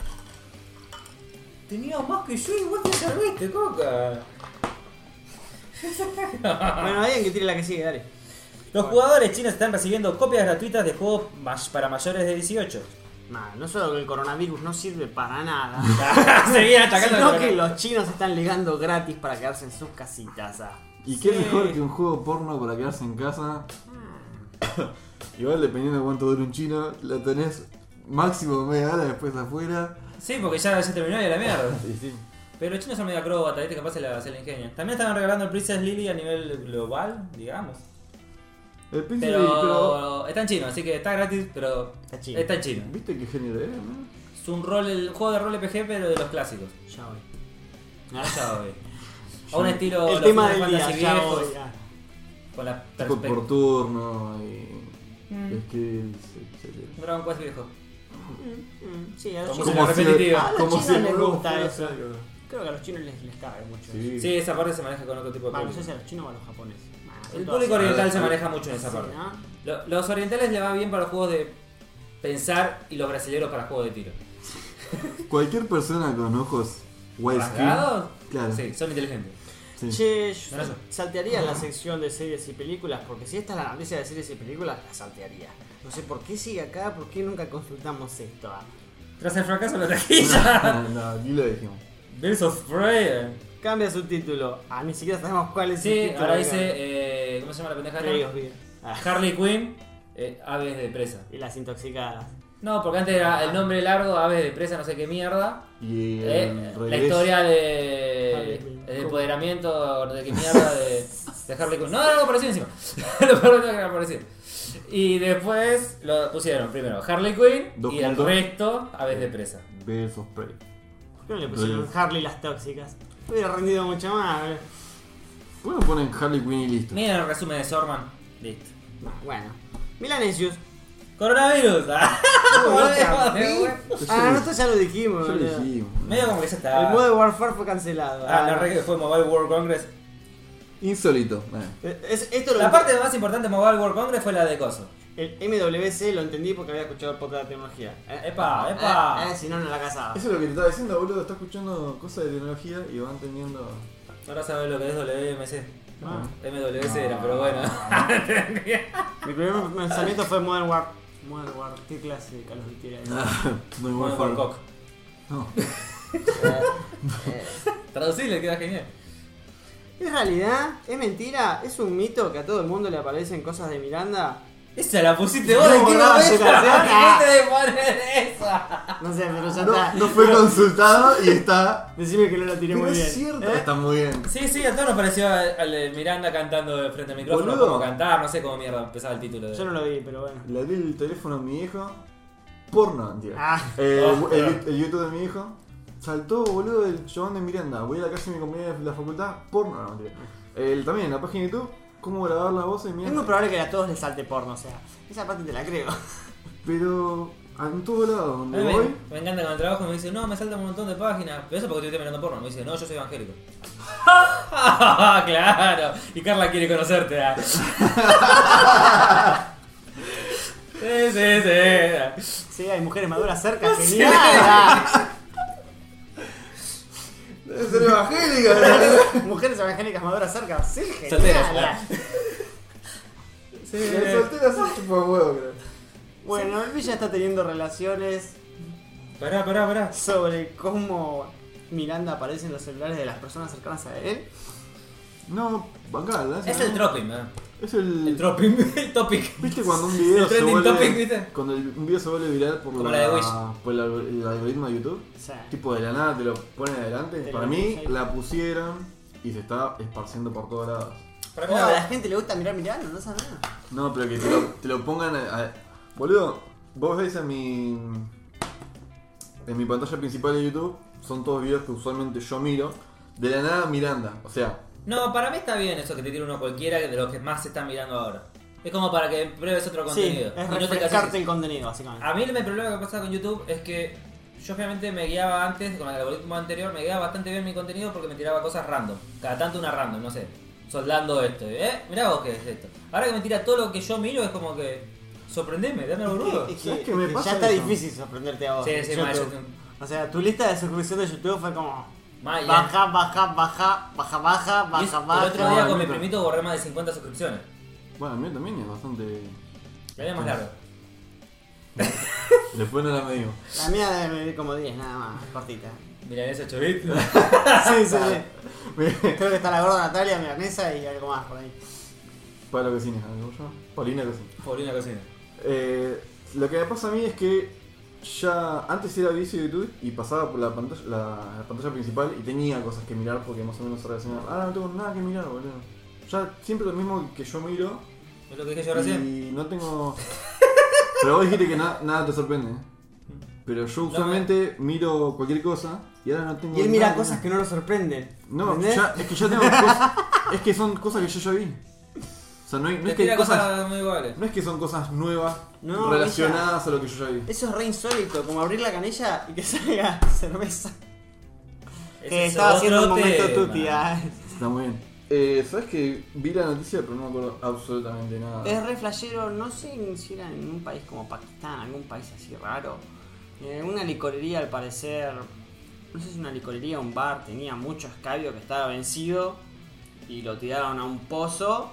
Tenías más que yo y vos te serviste, coca. <laughs> Bueno, alguien que tire la que sigue, dale. Los jugadores chinos están recibiendo copias gratuitas de juegos may- para mayores de <laughs> 18. Nah, no solo que el coronavirus no sirve para <laughs> nada, Seguían atacando. sino al que corona- los chinos están ligando gratis para quedarse en sus casitas. ah. ¿Y qué Sí. mejor que un juego porno para quedarse en casa? Ah. Igual dependiendo de cuánto dure un chino, la tenés máximo media hora después afuera. Sí, porque ya, ya terminó y a la mierda. Y sí. Pero Pero los chinos son medio acróbatas, viste, capaz se la, se la ingenian. También estaban regalando el Princess Lily a nivel global, digamos. El príncipe, Pero, pero... está en chino, así que está gratis, pero Está chino. está en chino. ¿Viste qué género era, no? Es un rol, el juego de rol RPG, pero de los clásicos. Ya voy. No, ya voy. A un estilo El los tema Final del día, Fantasy ya viejos, voy, ya. con la Tipo por perspectiva. turno y. Mm. skills, etcétera. Dragon Quest viejo. Mm, mm, Sí, a los Como chinos, si- repetitivo. a los Como chinos si- les fuera eso. algo. creo que a los chinos les, les cabe mucho. eso. Sí. Sí, esa parte se maneja con otro tipo de Va, no público. sé si a los chinos o a los japoneses. Nah, son El todas público iguales. oriental se maneja mucho en esa parte. Sí, ¿no? Lo- Los orientales le va bien para los juegos de pensar y los brasileños para juegos de tiro. Cualquier persona con ojos widescreen. ¿Rasgados? Pues, Claro. Sí, son inteligentes. Sí. Che, yo Gracias. saltearía la sección de series y películas, porque si esta es la noticia de series y películas, la saltearía. No sé por qué sigue acá, por qué nunca consultamos esto. ah. Tras el fracaso de la taquilla, <laughs> No, no, aquí lo dijimos. Birds of Prey. Cambia su título. Ah, ni siquiera sabemos cuál es el Sí, título. ahora venga. dice. eh, ¿Cómo se llama la pendeja? Prey of Beer. Ah, Harley Quinn, eh, Aves de Presa. Y las intoxicadas. No, porque antes era el nombre largo, Aves de Presa, no sé qué mierda. Y el Eh, la regreso- historia Harley de. Quinn. El empoderamiento de que mierda de, de Harley Quinn. No, era algo parecido encima. <laughs> lo peor de todo que era parecido. Y después lo pusieron primero Harley Quinn Dos y el puntos. resto Aves de Presa. Birds of Prey. ¿Por qué no le pusieron Reyes. Harley las tóxicas? Hubiera rendido mucho más. eh. Bueno, ponen Harley Quinn y listo. Miren el resumen de Sorman. Listo. No, Bueno. Milanesius. Coronavirus. <laughs> ah, Otra joder, vez. güey. Ah, nosotros ya lo dijimos. Ya lo boludo. dijimos. Medio como que ya está. El modo Warfare fue cancelado. Ah, Ah, la regla que fue Mobile World Congress. Insólito. bueno. Eh, es- esto lo La parte más importante de Mobile World Congress fue la de Coso. El MWC lo entendí porque había escuchado el podcast de tecnología. Eh, Epa, epa. eh, eh, si no, no la casaba. Eso es lo que te estaba diciendo, boludo. Está escuchando cosas de tecnología y van teniendo. Ahora sabes lo que es WMC. Ah. MWC era, pero bueno. Mi primer pensamiento fue Modern War. Modern War, qué clase de Call of Duty era Ah. esa? <laughs> Muy Mobile buen World juego. Cock. No. Traducirle queda genial. ¿Es realidad? ¿Es mentira? ¿Es un mito que a todo el mundo le aparecen cosas de Miranda? Esa la pusiste vos No, de última no, vez. <laughs> se la ¿Por qué te de poner esa? No sé, pero ya está. No, no fue consultado y está. Decime que no la tiré Pero muy bien. es cierto. ¿Eh? Está muy bien. Sí, sí, a todos nos pareció al al de Miranda cantando de frente al micrófono. Boludo. Como cantar, no sé cómo mierda empezaba el título. De... Yo no lo vi, pero bueno. Le di el teléfono a mi hijo. Porno, mentira. Ah. Eh, Oh, el, claro. el YouTube de mi hijo. Saltó, boludo, el chabón de Miranda. Voy a la casa de mi compañera de la facultad. Porno, no, mentira. El, también, la página de YouTube. Cómo grabar la voz de Es muy Miranda. probable que a todos les salte porno, o sea, esa parte te la creo. Pero. En todos lados A donde mí me, voy. me encanta con el trabajo me dice, no, me saltan un montón de páginas. Pero eso porque estoy mirando porno. Me dice, no, yo soy evangélico. <laughs> claro. Y Carla quiere conocerte. ah. <laughs> sí, sí, sí. Sí, hay mujeres maduras cerca, genial. Ah, Debe ser <laughs> evangélica. <laughs> Mujeres evangélicas maduras cerca, sí, genial. Solteras, Ah. Sí. El soltero así tipo huevo, creo. Bueno, él ya está teniendo relaciones Pará, pará, pará. sobre cómo Miranda aparece en los celulares de las personas cercanas a él. No, bancada, la Es hacen, el ¿no? tropping, ¿no? Es el. El tropping, <laughs> el topic. ¿Viste cuando un video El se trending vuelve. topic, ¿viste? Cuando el- un video se vuelve viral por, Como la, la de Wish. por el, alg- el algoritmo de YouTube? O sea, Tipo de la nada te lo ponen adelante. Te Para lo mí puse. la pusieron y se está esparciendo por todos lados. Para mí oh, a la la- gente le gusta mirar Miranda, no sabe nada. No, pero que te lo, te lo pongan. a- a- boludo, vos ves en mi. En mi pantalla principal de YouTube, son todos videos que usualmente yo miro. De la nada Miranda. O sea, No, para mí está bien eso que te tire uno cualquiera de los que más se están mirando ahora. Es como para que pruebes otro contenido. Sí, es y no te refrescarte cases. Ah, el contenido, básicamente. A mí el problema que pasa con YouTube es que yo obviamente me guiaba antes, con el algoritmo anterior, me guiaba bastante bien mi contenido porque me tiraba cosas random. Cada tanto una random, no sé. Soldando esto. ¿Eh? Mirá vos qué es esto. Ahora que me tira todo lo que yo miro es como que... Sorprendeme, dame algo boludo. Es ¿Sabes qué me es pasa ya está eso? difícil sorprenderte a vos. Sí, sí, en mal, YouTube. yo O sea, tu lista de suscripción de YouTube fue como. Mal, Ah, ya. Baja, baja, baja, baja, baja, Y es- baja, el otro día baja. con mi primito borré más de 50 suscripciones. bueno, el mío también es bastante. La vida más larga. Después no la medimos. La mía debe medir como 10, nada más, cortita. Milanesa Chovit. <laughs> sí, <laughs> sí, sí. Creo que está la gorda Natalia, milanesa y algo más por ahí. Pablo Cocina, ¿cómo se llama? Paulina Cocina. Por una cocina. Eh, lo que me pasa a mí es que ya antes era vicio de YouTube y pasaba por la pantalla, la pantalla principal y tenía cosas que mirar porque más o menos se relacionaban. Ahora no tengo nada que mirar, boludo. Ya siempre lo mismo que yo miro Es lo que dije yo recién. <laughs> y no tengo... Pero vos dijiste que na- nada te sorprende. ¿eh? Pero yo usualmente miro cualquier cosa y ahora no tengo. Y él mira nada. cosas que no lo sorprenden. No, ¿entendés? ya- es que ya tengo cosas. Es que son cosas que yo ya vi. O sea, no, hay- no Te es que tira hay cosas. cosas muy iguales. No es que son cosas nuevas No, relacionadas a lo que yo ya vi. Eso es re insólito, como abrir la canilla y que <laughs> salga cerveza. Ese Que es estaba otro haciendo un momento tema. tuti. ah. Está muy bien. Eh, ¿Sabes que vi la noticia pero no me acuerdo absolutamente nada? Es re flashero, no sé si era en un país como Pakistán, algún país así raro. Eh, una licorería al parecer, no sé si una licorería o un bar, tenía mucho escabio que estaba vencido y lo tiraron a un pozo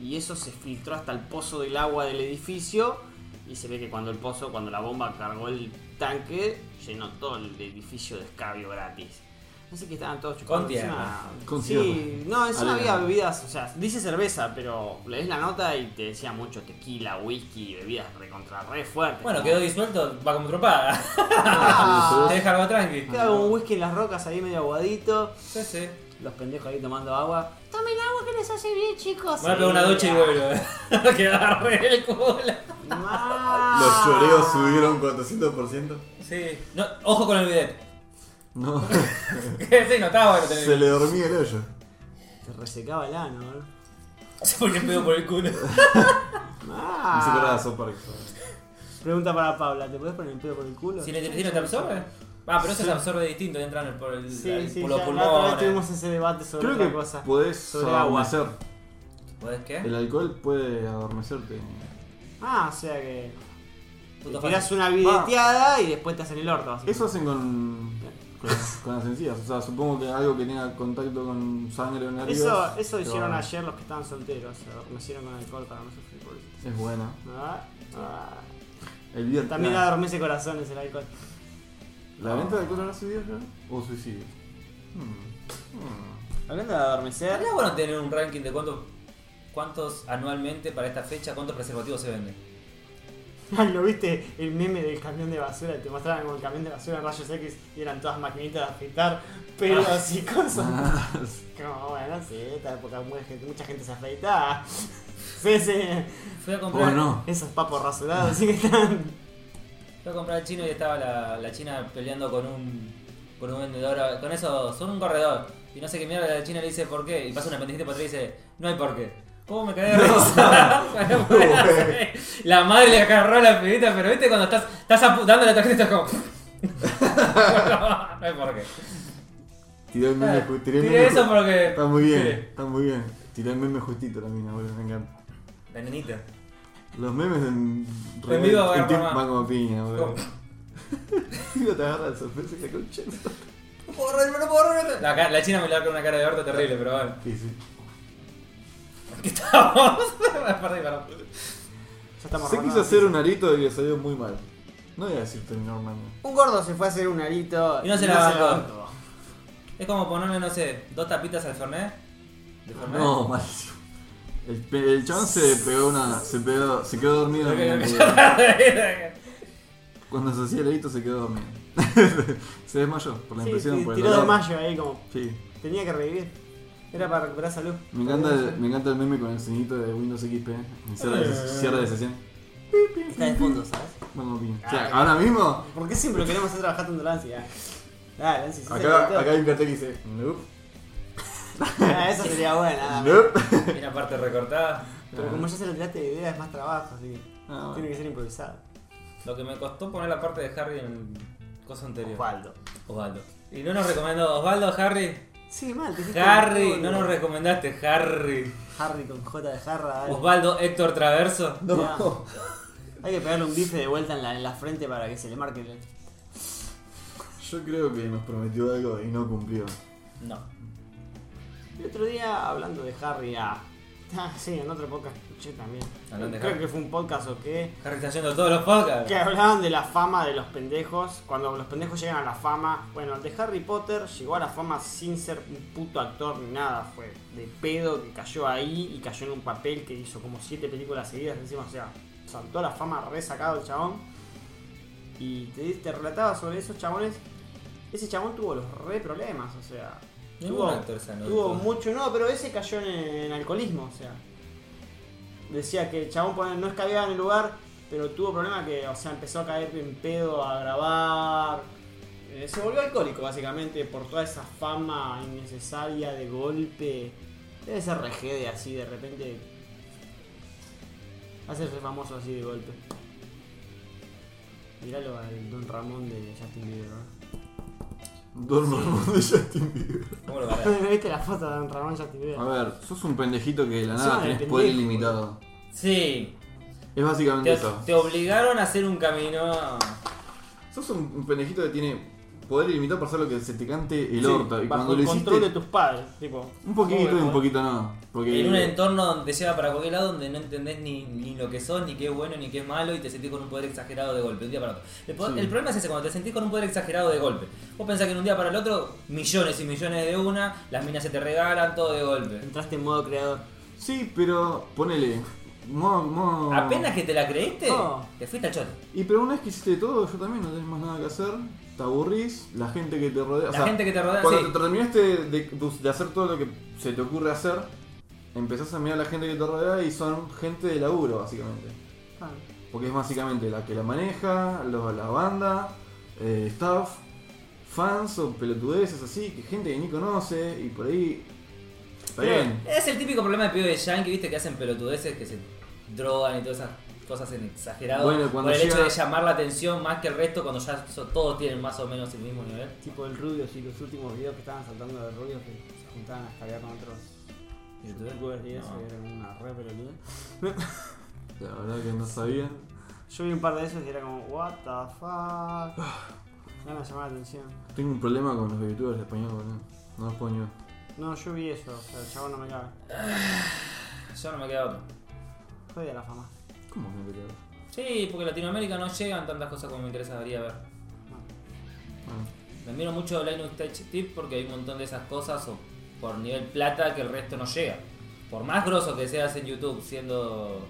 y eso se filtró hasta el pozo del agua del edificio y se ve que cuando el pozo, cuando la bomba cargó el tanque, llenó todo el edificio de escabio gratis. Así que estaban todos chupando. Con tierra. encima- Con sí, tierra. no, encima Arena. había bebidas, o sea, dice cerveza, pero lees la nota y te decía mucho tequila, whisky, bebidas recontra re fuertes. Bueno, Como, <laughs> quedó disuelto, va como tropada. ah, Te deja algo tranqui. queda como un whisky en las rocas ahí medio aguadito, Sí, sí. los pendejos ahí tomando agua. Tomen agua que les hace bien, chicos. Voy a pegar una ducha y vuelvo. <laughs> que agarré el culo. Ah. Los choreos subieron 400%. Sí. No, ojo con el bidet. <laughs> <laughs> No, sí, no estaba bueno <laughs> tener Se le dormía el hoyo. Se resecaba el ano, ¿no? <laughs> Se ponía pedo por el <laughs> culo. Ah. Me hizo acordar a South Park. Pregunta para Paula, ¿te podés poner el pedo por el culo? Si le intestino te absorbe. Ah, pero eso se absorbe distinto, entra en el- por, el, Sí, al- sí, por ya, los la otra vez pulmones. tuvimos ese debate sobre creo otra que cosa. podés sobre agua. ¿Eh? adormecer. ¿Podés qué? El alcohol puede adormecerte. Ah, o sea que. Puto Te tirás fácil. una bideteada y después te hacen el orto. básicamente. Eso hacen con, con, con las encías. O sea, supongo que algo que tenga contacto con sangre o nervios. Eso, eso te hicieron va- ayer los que estaban solteros, me hicieron con alcohol para no sufrir por eso. Es buena. Ah, ah. El viernes. También la, adormece corazones el alcohol. ¿La venta de alcohol no subió ya? ¿O suicidio? Hmm. Hmm. Hablando de adormecer, <laughs> Estaría bueno tener un ranking de cuántos, cuántos anualmente para esta fecha, cuántos preservativos se venden. ¿no viste el meme del camión de basura? Te mostraban como el camión de basura en rayos X y eran todas maquinitas de afeitar, pelos y Ah. cosas. <laughs> Como bueno, sí, esta época mucha gente, mucha gente se afeitaba. <laughs> Sí, sí, Fui a comprar, ¿O no? esos papos rasurados, sí que están. fui a comprar al chino y estaba la, la china peleando con un, con un vendedor. Con eso, son un corredor. Y no sé qué mierda, la china le dice por qué. Y pasa una pendejita por atrás y dice, no hay por qué. ¿Cómo me caí de risa? <laughs> la madre le agarró la pibita, pero viste cuando estás, estás apu- dando la tarjeta estás como... <laughs> no hay por qué. Tiró el meme, ju- tiró el Eh, Tiré meme eso ju- porque... Está muy bien, Sí. está muy bien. Tiró el meme justito la mina, boludo, me encanta. La nenita. Los memes en, En vivo agarra Tip más. van como piña, boludo. Como, <laughs> No te agarra de sorpresa que concha. "No puedo reírme, no puedo reírme". La, ca- la china me la da con una cara de orto terrible, pero bueno. Sí, sí. Aquí estamos. Perdí, perdón. Ya estamos Se quiso rondados. hacer un arito y le salió muy mal. No voy a decir terminó mal. Un gordo se fue a hacer un arito Y no se la bancó. Es como ponerle, no sé, dos tapitas al Fernet. De Fernet. No, mal. El, pe- el chabón se pegó una. se pegó. se quedó dormido. Ok, ok. cuando- Cuando se hacía el arito se quedó dormido. <laughs> se desmayó por la Sí, impresión, sí, por el tiró de dolor. mayo ahí como. Sí. Tenía que revivir. Era para recuperar salud. Me encanta, el, me encanta el meme con el ceñito de Windows XP. en Cierre de, cierre de sesión. Está de fondo, ¿sabes? Vamos bien. O sea, ahora mismo. ¿Por qué siempre lo queremos hacer trabajar tanto Lancy? Ah, Dale, Lancy, si se Acá, lo acá hay un cartel que dice, nope, quitó. Ah, eso sería buena. <laughs> nope. Y una parte recortada. Pero como ya se lo tiraste de idea, es más trabajo, así que Ah, tiene bueno. que ser improvisado. Lo que me costó poner la parte de Harry en cosa anterior. Osvaldo. Osvaldo. Y no nos recomendó Osvaldo, Harry. Sí, mal, te hiciste Harry, un- no nos recomendaste Harry. Harry con J de jarra, dale. Osvaldo Héctor Traverso. No. Hay que pegarle un bife de vuelta en la, en la frente para que se le marque el. Yo creo que nos prometió algo y no cumplió. No. El otro día, hablando de Harry, ah, ah, sí, en otro podcast escuché también. Hablando de Creo Harry. que fue un podcast o qué. Harry está haciendo todos los podcasts. Que hablaban de la fama de los pendejos. Cuando los pendejos llegan a la fama. Bueno, el de Harry Potter llegó a la fama sin ser un puto actor ni nada. Fue de pedo que cayó ahí y cayó en un papel que hizo como siete películas seguidas encima. O sea, saltó a la fama resacado el chabón. Y te, te relataba sobre esos chabones. Ese chabón tuvo los re problemas, o sea. Ningún Tuvo, actor sano de tuvo todo. mucho, no, pero ese cayó en, en alcoholismo, o sea. Decía que el chabón pone- no escabeaba en el lugar pero tuvo problemas que, o sea, empezó a caer en pedo, a grabar. Eh, se volvió alcohólico, básicamente, por toda esa fama innecesaria de golpe. Debe ser rejede así, de repente. Hacerse famoso así de golpe. Míralo al Don Ramón de Justin Bieber, ¿no? Don Ramón de Justin Bieber. ¿Cómo lo parás? <laughs> ¿Viste la foto de Don Ramón y Justin Bieber? A ver, sos un pendejito que de la Sos nada un tenés pendejo, poder boludo. ilimitado. Sí, Es básicamente te, eso. te obligaron a hacer un camino. Sos un, un pendejito que tiene poder ilimitado para hacer lo que se te cante el Sí, orto. Y bajo cuando el lo control hiciste. de tus padres, tipo. Un poquito y Pobre, un poquito no. Porque. En un entorno donde se va para cualquier lado donde no entendés ni, ni lo que sos, ni qué es bueno, ni qué es malo, y te sentís con un poder exagerado de golpe, de un día para otro. El, po- Sí. el problema es ese, cuando te sentís con un poder exagerado de golpe. Vos pensás que en un día para el otro, millones y millones de una, las minas se te regalan, todo de golpe. Entraste en modo creador. Sí, pero ponele. Mo, mo... Apenas que te la creíste, No. te fuiste al chote. Y pero una vez que hiciste todo, yo también no tenés más nada que hacer. Te aburrís, la gente que te rodea. La gente que te rodea, Cuando sí. te terminaste de, de- de hacer todo lo que se te ocurre hacer, empezás a mirar a la gente que te rodea y son gente de laburo, básicamente. Ah, Porque es básicamente la que la maneja, los, la banda, eh, staff, fans o pelotudeces así, que gente que ni conoce y por ahí. Está Pero- bien. Es el típico problema de pibes de yankee, viste, que hacen pelotudeces, que se drogan y todas esas cosas en exagerado. Bueno, cuando por el hecho llega- de llamar la atención más que el resto, cuando ya so- todos tienen más o menos el mismo nivel. tipo el Rubio, y los últimos videos que estaban saltando de Rubio que se juntaban a escalar con otros youtubers y eso, No. que eran una re pelotuda. La verdad que no sabía. Yo vi un par de esos y era como, what the fuck. Ah. Ya me llamó la atención. Tengo un problema con los youtubers españoles, boludo. No los puedo ni ver. No, yo vi eso, o sea, el chabón no me cabe. Yo no me queda otro. Joder la fama. ¿Cómo que no te quedas? Sí, porque Latinoamérica no llegan tantas cosas como me interesaría ver. Bueno, Me miro mucho Linux Tech Tip porque hay un montón de esas cosas o por nivel plata que el resto no llega. Por más grosso que seas en YouTube siendo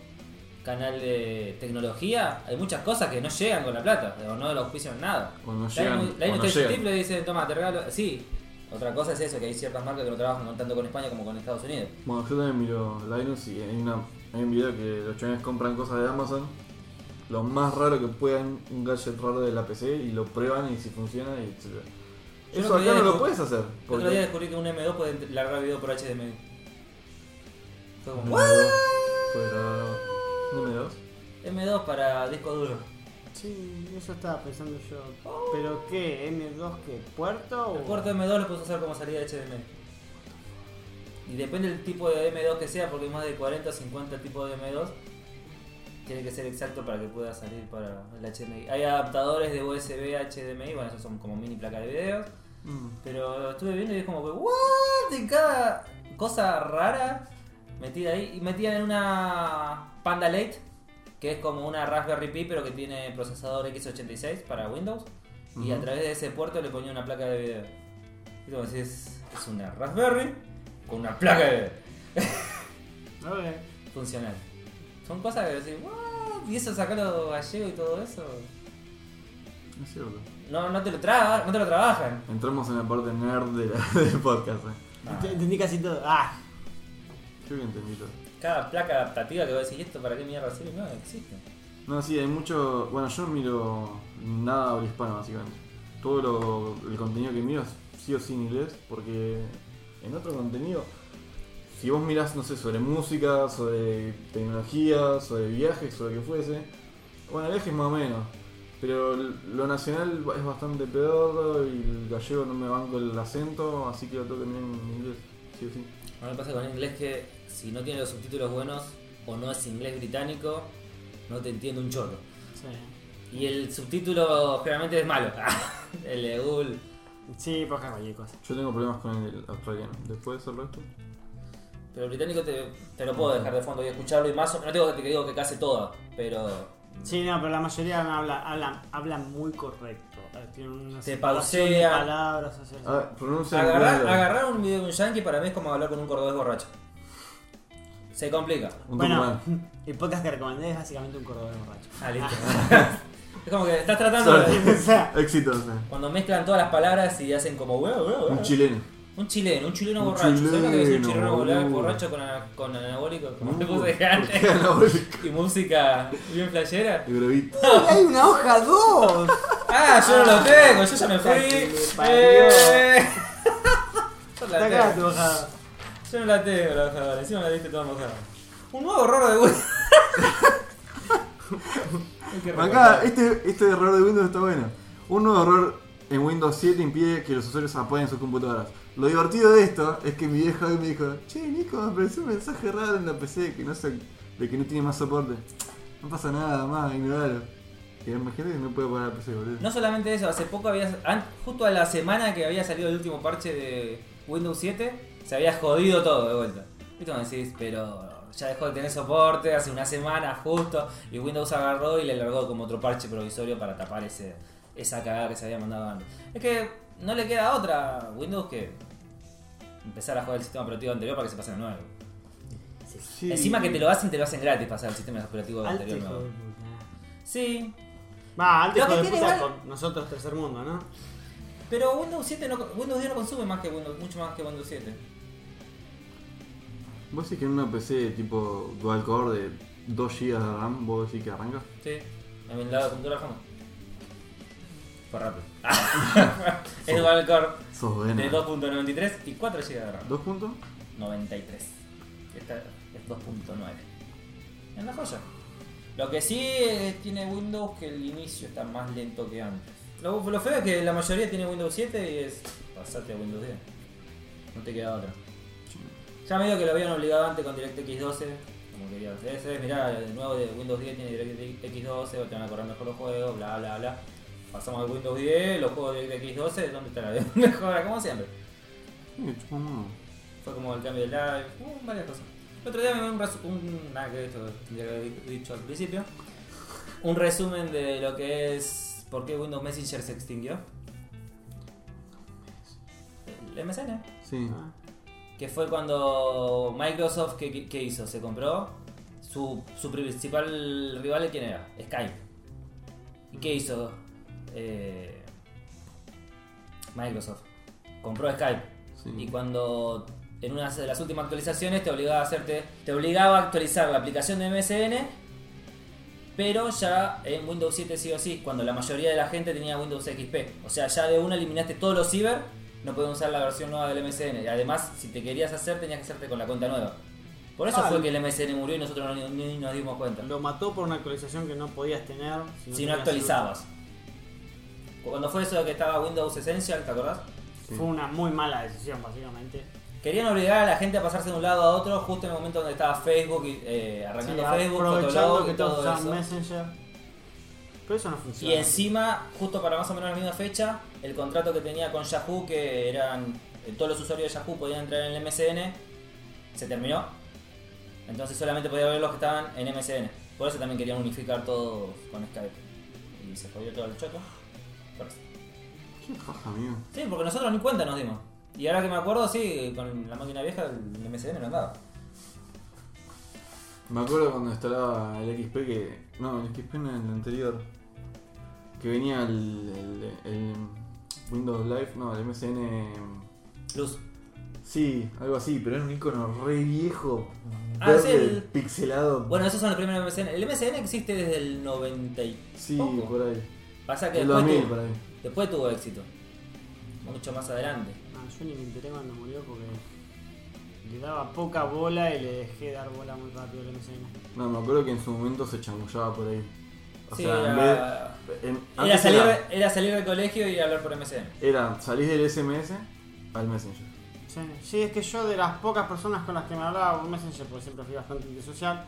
canal de tecnología, hay muchas cosas que no llegan con la plata, o no lo auspician nada. O no Linux- llegan, o Linux no Tech llegan. Tip le dicen, toma, te regalo. Sí, otra cosa es eso, que hay ciertas marcas que no trabajan con- tanto con España como con Estados Unidos. Bueno, yo también miro Linux y hay, una, hay un video que los chavales compran cosas de Amazon. Lo más raro que puedan, un gadget raro de la PC y lo prueban y si funciona y etc. Yo Eso otro día acá no lo descu- puedes hacer. El porque- otro día descubrí que un M2 puede largar video por HDMI. Fue como, No, "What? fue grabado. Dame dos. M2 para disco duro. Sí, eso estaba pensando yo. ¿Pero qué? ¿M2 qué? ¿Puerto? El o- puerto M2 lo puedes usar como salida HDMI. Y depende del tipo de M2 que sea, porque hay más de 40 o 50 tipos de M2. Tiene que ser exacto para que pueda salir para el HDMI. Hay adaptadores de USB a HDMI, bueno, esos son como mini placa de videos. Mm. Pero estuve viendo y es como que, ¿what? En cada cosa rara metida ahí. Y metida en una Panda Lite, que es como una Raspberry Pi, pero que tiene procesador x86 para Windows. Y a Ujú. través de ese puerto le ponía una placa de video. Y como decís, es una Raspberry con una placa de video. A ver. Funcional. Son cosas que decís, ¿what? Y eso sacarlo gallego y todo eso. Es cierto. No, no te lo tra- no te lo trabajan. Entramos en la parte nerd de la- <laughs> del podcast. eh. No. Ent- Entendí casi todo. Ah, Yo que entendí todo. Cada placa adaptativa que voy a decir, ¿esto para qué mierda sirve? No, existe. No, sí, hay mucho. Bueno, yo no miro nada habla hispana, básicamente. Todo lo, el contenido que miro es sí o sí en inglés, porque en otro contenido, si vos mirás, no sé, sobre música, sobre tecnología, sobre viajes, sobre lo que fuese, bueno, el viaje es más o menos. Pero lo nacional es bastante peor y el gallego no me banco el acento, así que lo tengo que mirar en inglés, sí o sí. A mí me pasa con el inglés que si no tiene los subtítulos buenos o no es inglés británico, no te entiendo un chorro. sí. Y el subtítulo generalmente es malo. <laughs> el de Google. Sí, pues acá cualquier cosa. Yo tengo problemas con el australiano. Después del resto. Pero el británico te, te lo puedo dejar de fondo y escucharlo y más o menos. No te digo que casi toda, pero Sí, no, pero la mayoría no habla, hablan, hablan muy correcto. Eh, Tienen una Se separación de pausea. palabras. o sea, A ver, pronuncia agarrar, primero. agarrar un video de un yankee para mí es como hablar con un cordobés borracho. Se complica. Un Bueno, tucumán. <laughs> el podcast que recomendé es básicamente un cordobés <laughs> borracho. Ah, listo. es como que <laughs> estás tratando Sorry. de- O sea, Éxito, o sea, Cuando mezclan todas las palabras y hacen como "Weo, weo, weo". Un chileno. Un chileno, un chileno Un borracho. ¿Sabes lo que es un chileno, chileno borra- boludo. borracho con, ana- con anabólicos? Como Uh, te puse de <laughs> antes. Anabólico. <laughs> Y música bien flashera. El gravito. ¡Hay una hoja dos! Ah, yo no lo tengo, yo ya me Puta que le fui. parió. Eh. <laughs> Yo <laughs> la Está acá tengo. tu hoja. Yo no la tengo la hojada, encima la diste toda mojada. Un nuevo horror de Windows. Hay que Acá, recordar. este, este error de Windows está bueno. Un nuevo error en Windows 7 impide que los usuarios apaguen sus computadoras. Lo divertido de esto es que mi vieja hoy me dijo, che Nico, me apareció un mensaje raro en la PC que no sé, de que no tiene más soporte. No pasa nada más, ignoralo. Que imagínate que no puede parar la PC, boludo. No solamente eso, hace poco había. an- Justo a la semana que había salido el último parche de Windows 7, se había jodido todo de vuelta. Y tú me decís, pero ya dejó de tener soporte hace una semana justo. Y Windows agarró y le largó como otro parche provisorio para tapar ese, esa cagada que se había mandado antes. Es que no le queda otra a Windows que empezar a jugar el sistema operativo anterior para que se pase al nuevo. Sí. Encima que te lo hacen, te lo hacen gratis pasar al sistema operativo Alto anterior hijo nuevo. de puta. eh. Sí, Va, alto Lo hijo que de tiene puta igual- con nosotros, tercer mundo, ¿no? Pero Windows 7 no, Windows 10 no consume más que Windows, mucho más que Windows 7. Vos decís que en una PC tipo dual core de 2 GB de RAM, vos decís que arranca. Sí. En el lado de computadora jamás. Fue rápido. <laughs> es el core Sos bueno. Ah. de 2.93 y 4 GB de RAM. ¿Dos puntos? 93. Esta es 2.9. En la joya. Lo que sí eh, tiene Windows que el inicio está más lento que antes. Lo, lo feo es que la mayoría tiene Windows 7 y es pasate a Windows 10. No te queda otra. Ya medio que lo habían obligado antes con DirectX 12. Como quería ese, es, mirá, el nuevo de Windows 10 tiene DirectX 12, te van a correr mejor los juegos, bla bla bla. Pasamos al Windows 10, los juegos de DirectX 12, ¿dónde está la <laughs> mejora? Como siempre. Sí, chupa un huevo. Fue como el cambio de live, hubo varias cosas. El otro día me vi un resumen, nada que esto ya lo he dicho al principio, un resumen de lo que es por qué Windows Messenger se extinguió. El MSN, Sí. Ah. que fue cuando Microsoft, ¿qué, qué hizo? Se compró. Su, su principal rival, ¿quién era? Skype. ¿Y qué hizo? Eh, Microsoft. Compró Skype. Sí. Y cuando en una de las últimas actualizaciones te obligaba a hacerte, te obligaba a actualizar la aplicación de MSN, pero ya en Windows 7 sí o sí, cuando la mayoría de la gente tenía Windows XP. O sea, ya de una eliminaste todos los ciber, no podías usar la versión nueva del MSN. Y además, si te querías hacer, tenías que hacerte con la cuenta nueva. Por eso Ah, fue lo- que el MSN murió y nosotros no, ni- ni nos dimos cuenta. Lo mató por una actualización que no podías tener. Si no tenías- actualizabas. Cuando fue eso de que estaba Windows Essential, ¿te acordás? Fue una muy mala decisión, básicamente. Querían obligar a la gente a pasarse de un lado a otro justo en el momento donde estaba Facebook y, eh, arrancando Sí, Facebook, aprovechando Fotolog que y todos todo usaban eso. Messenger. Pero eso no Y funciona. encima, justo para más o menos la misma fecha, el contrato que tenía con Yahoo, que eran eh, todos los usuarios de Yahoo podían entrar en el MSN, se terminó. Entonces solamente podía ver los que estaban en MSN. Por eso también querían unificar todo con Skype. Y se jodió todo el choco. Por eso. Qué paja, amigo. Sí, porque nosotros ni cuenta nos dimos. Y ahora que me acuerdo, sí, con la máquina vieja el MSN no andaba. Me acuerdo cuando instalaba el XP que. No, el XP no, el anterior. Que venía el, el, el Windows Live, no, el MSN. Luz. Sí, algo así, pero era un icono re viejo. Ah, es verde, el- Pixelado. Bueno, esos son los primeros MSN. El MSN existe desde el 90 y sí, poco. por ahí. Pasa que El después, 2000, tuvo, por ahí. después tuvo éxito. Mucho más adelante. Ah, yo ni me enteré cuando murió porque le daba poca bola y le dejé dar bola muy rápido al MSN. No, me acuerdo que en su momento se chamullaba por ahí. O Sí, sea, era- en vez. en- Era antes salir, era, era salir del colegio y hablar por MSN. era, salís del SMS al Messenger. Sí, sí, es que yo de las pocas personas con las que me hablaba por Messenger, porque siempre fui bastante antisocial,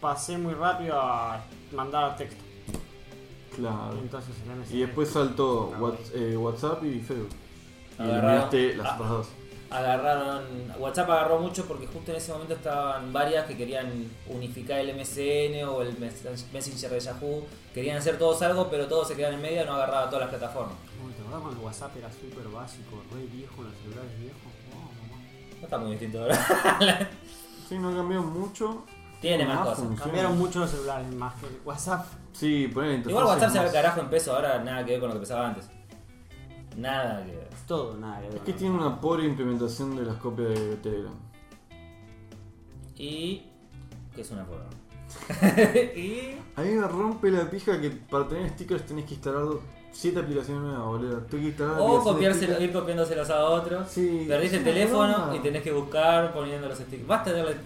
pasé muy rápido a mandar texto. Claro. Y entonces el MSN. Y después saltó Ah, Whats- eh, WhatsApp y Facebook. Y Agarrado. eliminaste las Ah. otras dos. Agarraron. WhatsApp agarró mucho porque justo en ese momento estaban varias que querían unificar el MSN o el mes- Messenger de Yahoo. Querían hacer todos algo, pero todos se quedaban en media no agarraba todas las plataformas. Uy, ¿Te acordás cuando el WhatsApp era súper básico, re viejo, los celulares viejos? Oh, mamá. No está muy distinto ahora. Sí, no cambió mucho. Ah, Tiene más cosas. funciones. Cambiaron mucho los celulares, más que el WhatsApp. Sí, ponen Igual WhatsApp se va al carajo en peso ahora, nada que ver con lo que pesaba antes. Nada que ver. Todo, nada. que ver, Es que ¿no? tiene una pobre implementación de las copias de Telegram. Y. que es una forma. <laughs> y. A mí me rompe la pija que para tener stickers tenés que instalar 7 aplicaciones nuevas, boludo. Tengo que instalar O aplicaciones copiárselo, stickers. ir copiándoselos a otros. Sí, Perdés es el una teléfono poronga. y tenés que buscar poniendo los stickers. Basta de darle.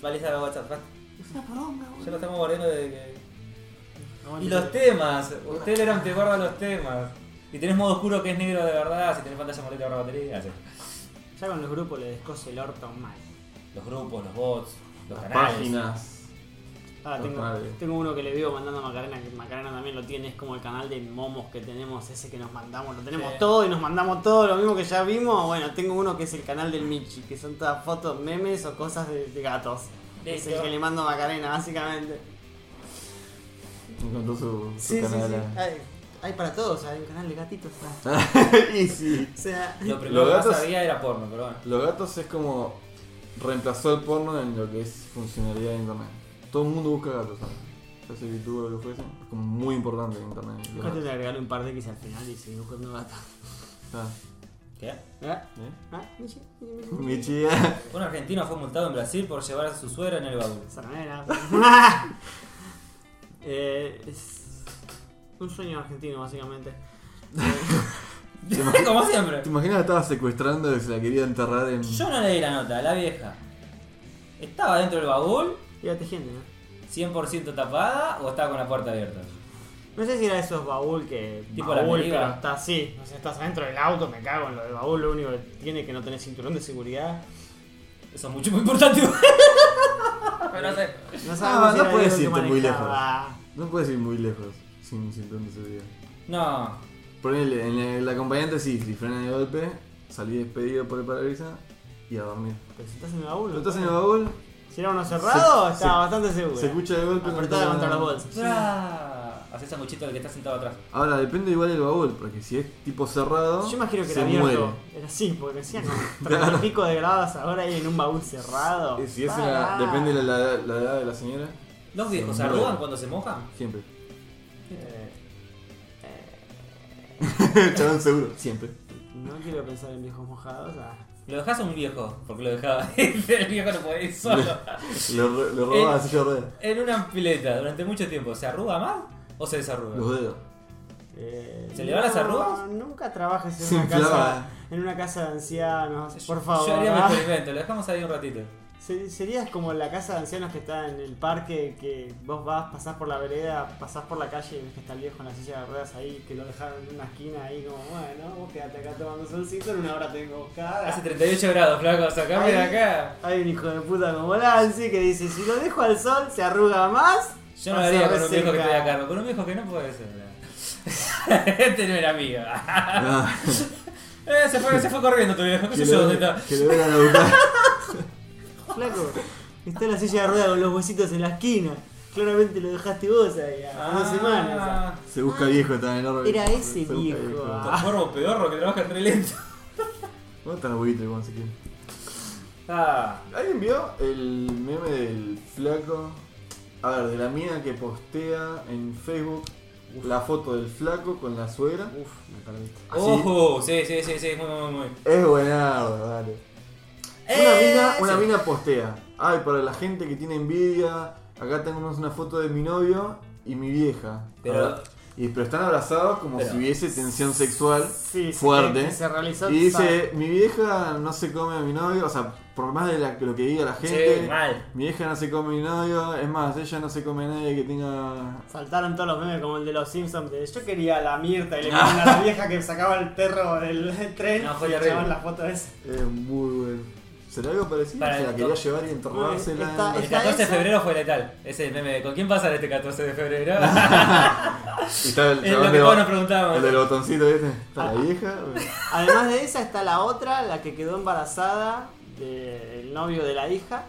Vale, a WhatsApp. basta. Es una poronga, Ya boludo. lo estamos guardando desde que. No, Y no, los temas. Telegram te guarda los temas. Y tenés modo oscuro que es negro de verdad. Si tenés pantalla molesta, guarda batería. así. Ya con los grupos le descose el orto mal. Los grupos, los bots, los Las canales. páginas. Ah, tengo, Total. tengo uno que le vivo mandando a Macarena, que Macarena también lo tiene, es como el canal de momos que tenemos, ese que nos mandamos, lo tenemos Sí. todo y nos mandamos todo, lo mismo que ya vimos. Bueno, tengo uno que es el canal del Michi, que son todas fotos, memes o cosas de, de gatos. Es el Listo. que le mando a Macarena, básicamente. Encontró su, su Sí, sí, sí. canal. Hay, hay para todos, hay un canal de gatitos. ah. <laughs> y sí. O sea, Lo primero que gatos- más sabía era porno, pero bueno. Los gatos es como. Reemplazó el porno en lo que es funcionalidad de internet. Todo el mundo busca gatos ahora. Ya sea youtuber o lo que fuese. Es como muy importante en internet. los Fíjate gatos. de agregarle un par de X al final y seguir buscando gatos. Ah, ¿Qué? ¿Verdad? ¿eh? ¿Ah? Michi, Michi, Michi. Mi chía. Un argentino fue multado en Brasil por llevar a su suegra en el <laughs> baúl. <laughs> Esa no era. <laughs> Eh, es un sueño argentino, básicamente. Como siempre. ¿Te imaginas que estaba secuestrando y se la quería enterrar en. Yo no leí la nota, la vieja. ¿Estaba dentro del baúl, Iba tejiendo, ¿no? 100% tapada o estaba con la puerta abierta? No sé si era de esos baúl que. Tipo la baúl, meriva. pero está así. O sea, estás adentro del auto, me cago en lo del baúl. Lo único que tiene es que no tener cinturón de seguridad. Eso es mucho muy importante. pero no sé. No Ah, sabemos si no era puedes él el que irte muy manejaba. No puedes ir muy lejos sin cinturón de seguridad. No. Ponele, en el acompañante sí, si frena de golpe, salí despedido por el parabrisas y a dormir. Pero si estás en el baúl. Lo estás en el baúl, Si era uno cerrado, Se- estaba se- bastante seguro. se escucha de golpe. Apretada contra los bolsos. Hace Hacés sanguchito del que está sentado atrás. Ahora, depende igual del baúl, porque si es tipo cerrado, Yo imagino que se era abierto. muere. Era así, porque <laughs> decían con 30 y pico de grados ahora y en un baúl cerrado. Y Si es Pará. la, depende de la, la- la edad de la señora, ¿Los viejos Se arrugan mueve. cuando se mojan? siempre. Eh, <laughs> Chabón seguro, siempre. no quiero pensar en viejos mojados. ah. ¿Lo dejás a un viejo? Porque lo dejaba. <laughs> el viejo no podía ir solo. Lo, ro- lo robaba Eh. así yo rueda. en una pileta durante mucho tiempo, ¿se arruga más o se desarruga? Los dedos. Eh, ¿Se le van las arrugas? Nunca trabajes en Se una inflaba. casa en una casa de ancianos, por Yo favor. haría mi ah. experimento, lo dejamos ahí un ratito. Se- Serías como la casa de ancianos que está en el parque, que vos vas, pasás por la vereda, pasás por la calle y ves que está el viejo en la silla de ruedas ahí, que lo dejaron en una esquina ahí como, bueno, vos quedate acá tomando solcito, en una hora tengo Hace buscada. 38 grados, flaco, sacame de Ay. acá. Hay un hijo de puta como Lancy que dice, si lo dejo al sol se arruga más. Yo no o lo se haría con un viejo que reseca". estoy a cargo, con un viejo que no puede ser. <laughs> este no era mío. <laughs> Ah, Eh, se, fue, se fue corriendo tu viejo, qué que, sé yo lo, dónde está. que lo vengan a buscar. Flaco, está en la silla de ruedas con los huesitos en la esquina. Claramente lo dejaste vos ahí, a dos semanas. ah. <laughs> Se busca viejo tan enorme. Era ese Se busca viejo, ah. Tu cuervo pedorro que trabaja <laughs> re lento. ¿Dónde están los huevitos igual si quieren? Ah, ¿Alguien vio el meme del flaco? A ver, de la mina que postea en Facebook la foto del flaco con la suegra. Uf, me perdiste. Así. ojo, sí, sí, sí, sí, muy, muy, muy. Es buenardo, dale. Una Eh, mina, una mina postea. Ay, para la gente que tiene envidia, acá tenemos una foto de mi novio y mi vieja. Pero- y, pero están abrazados como Pero- si hubiese tensión sexual Sí, sí, fuerte. que se realizó. Y dice, mi vieja no se come a mi novio, o sea, por más de la- lo que diga la gente, Sí, mal. mi vieja no se come a mi novio, es más, ella no se come a nadie que tenga... Saltaron todos los memes como el de los Simpsons de yo quería la <laughs> Mirta y le ponen a la vieja que sacaba el perro del, del tren No, fue y terrible. echaban la foto esa. Es muy bueno. eh, ¿Será algo parecido? Para se la el quería top. llevar y enterrársela. <laughs> Está- El 14 de esa. febrero fue letal. Ese es el meme de ¿con quién pasar este 14 de <laughs> febrero? Y está Ah, el <laughs> es chabón lo que de- todos nos preguntábamos. El del botoncito, ¿viste? Está la Ah. vieja. Además de esa está la otra, la que quedó embarazada del novio de la hija,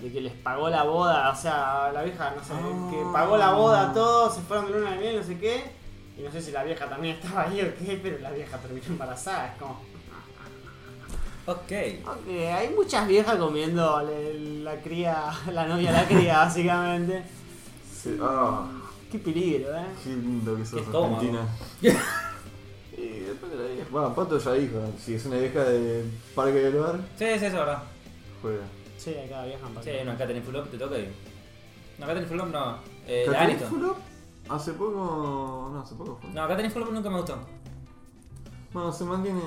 de que les pagó la boda, o sea, la vieja, no sé, Ah. que pagó la boda a todos, se fueron de luna de miel, no sé qué, y no sé si la vieja también <laughs> estaba ahí o qué, pero la vieja terminó embarazada, es como... Ok. Ok, hay muchas viejas comiendo le- la cría, <laughs> la novia la <laughs> cría, básicamente. Sí, ah, Qué peligro, eh. qué lindo que sos <laughs> Qué estómago. Argentina. y después de la vida. Bueno, Pato ya dijo, si es una vieja de Parque del Bar, Sí, sí, eso es verdad. juega. Sí, acá viajan para Sí, acá. no, acá tenés full up, te toca y. No, acá tenés full up, no. Eh, la ¿Catherine Aniston. Fulop? Hace poco. No, hace poco fue. No, acá tenés full up nunca me gustó. Bueno, se mantiene.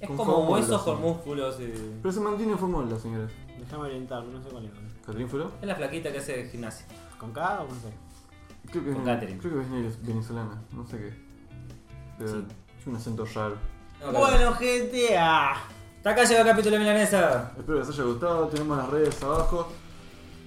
Es con como fórmula, huesos con sí. músculos y. Pero se mantiene en fórmula, señores. Déjame orientarme, no sé cuál es. ¿Catherine Fulop? Es la flaquita que hace gimnasia. ¿Con K o con C? Creo que, Con es, Catherine. creo que es venez- venezolana, no sé qué. Pero Sí. tiene un acento raro. No, acá- Bueno, gente, ah. Hasta acá llegó el capítulo de Milanesa. Espero que les haya gustado, tenemos las redes abajo.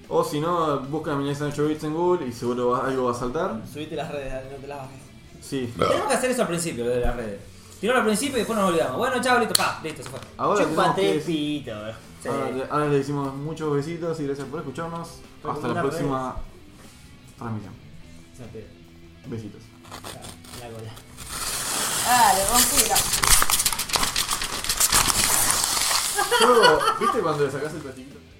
O si no, buscan a Milanesa 8 bits en Google y seguro va- algo va a saltar. Subite las redes, dale, no te las bajes. Sí. Tenemos que hacer eso al principio, lo de las redes. Tirarlo al principio y después nos olvidamos. Bueno, chao, listo, pa, listo, se fue. Ahora tenemos que Chúpate el decir- pito, bro. Sí. ahora, le- ahora le decimos muchos besitos y gracias por escucharnos. Hasta la Recomendar próxima transmisión. Sácate Besitos. La cola. Ah, le rompí la. Luego, ¿Viste cuando le sacas el platito?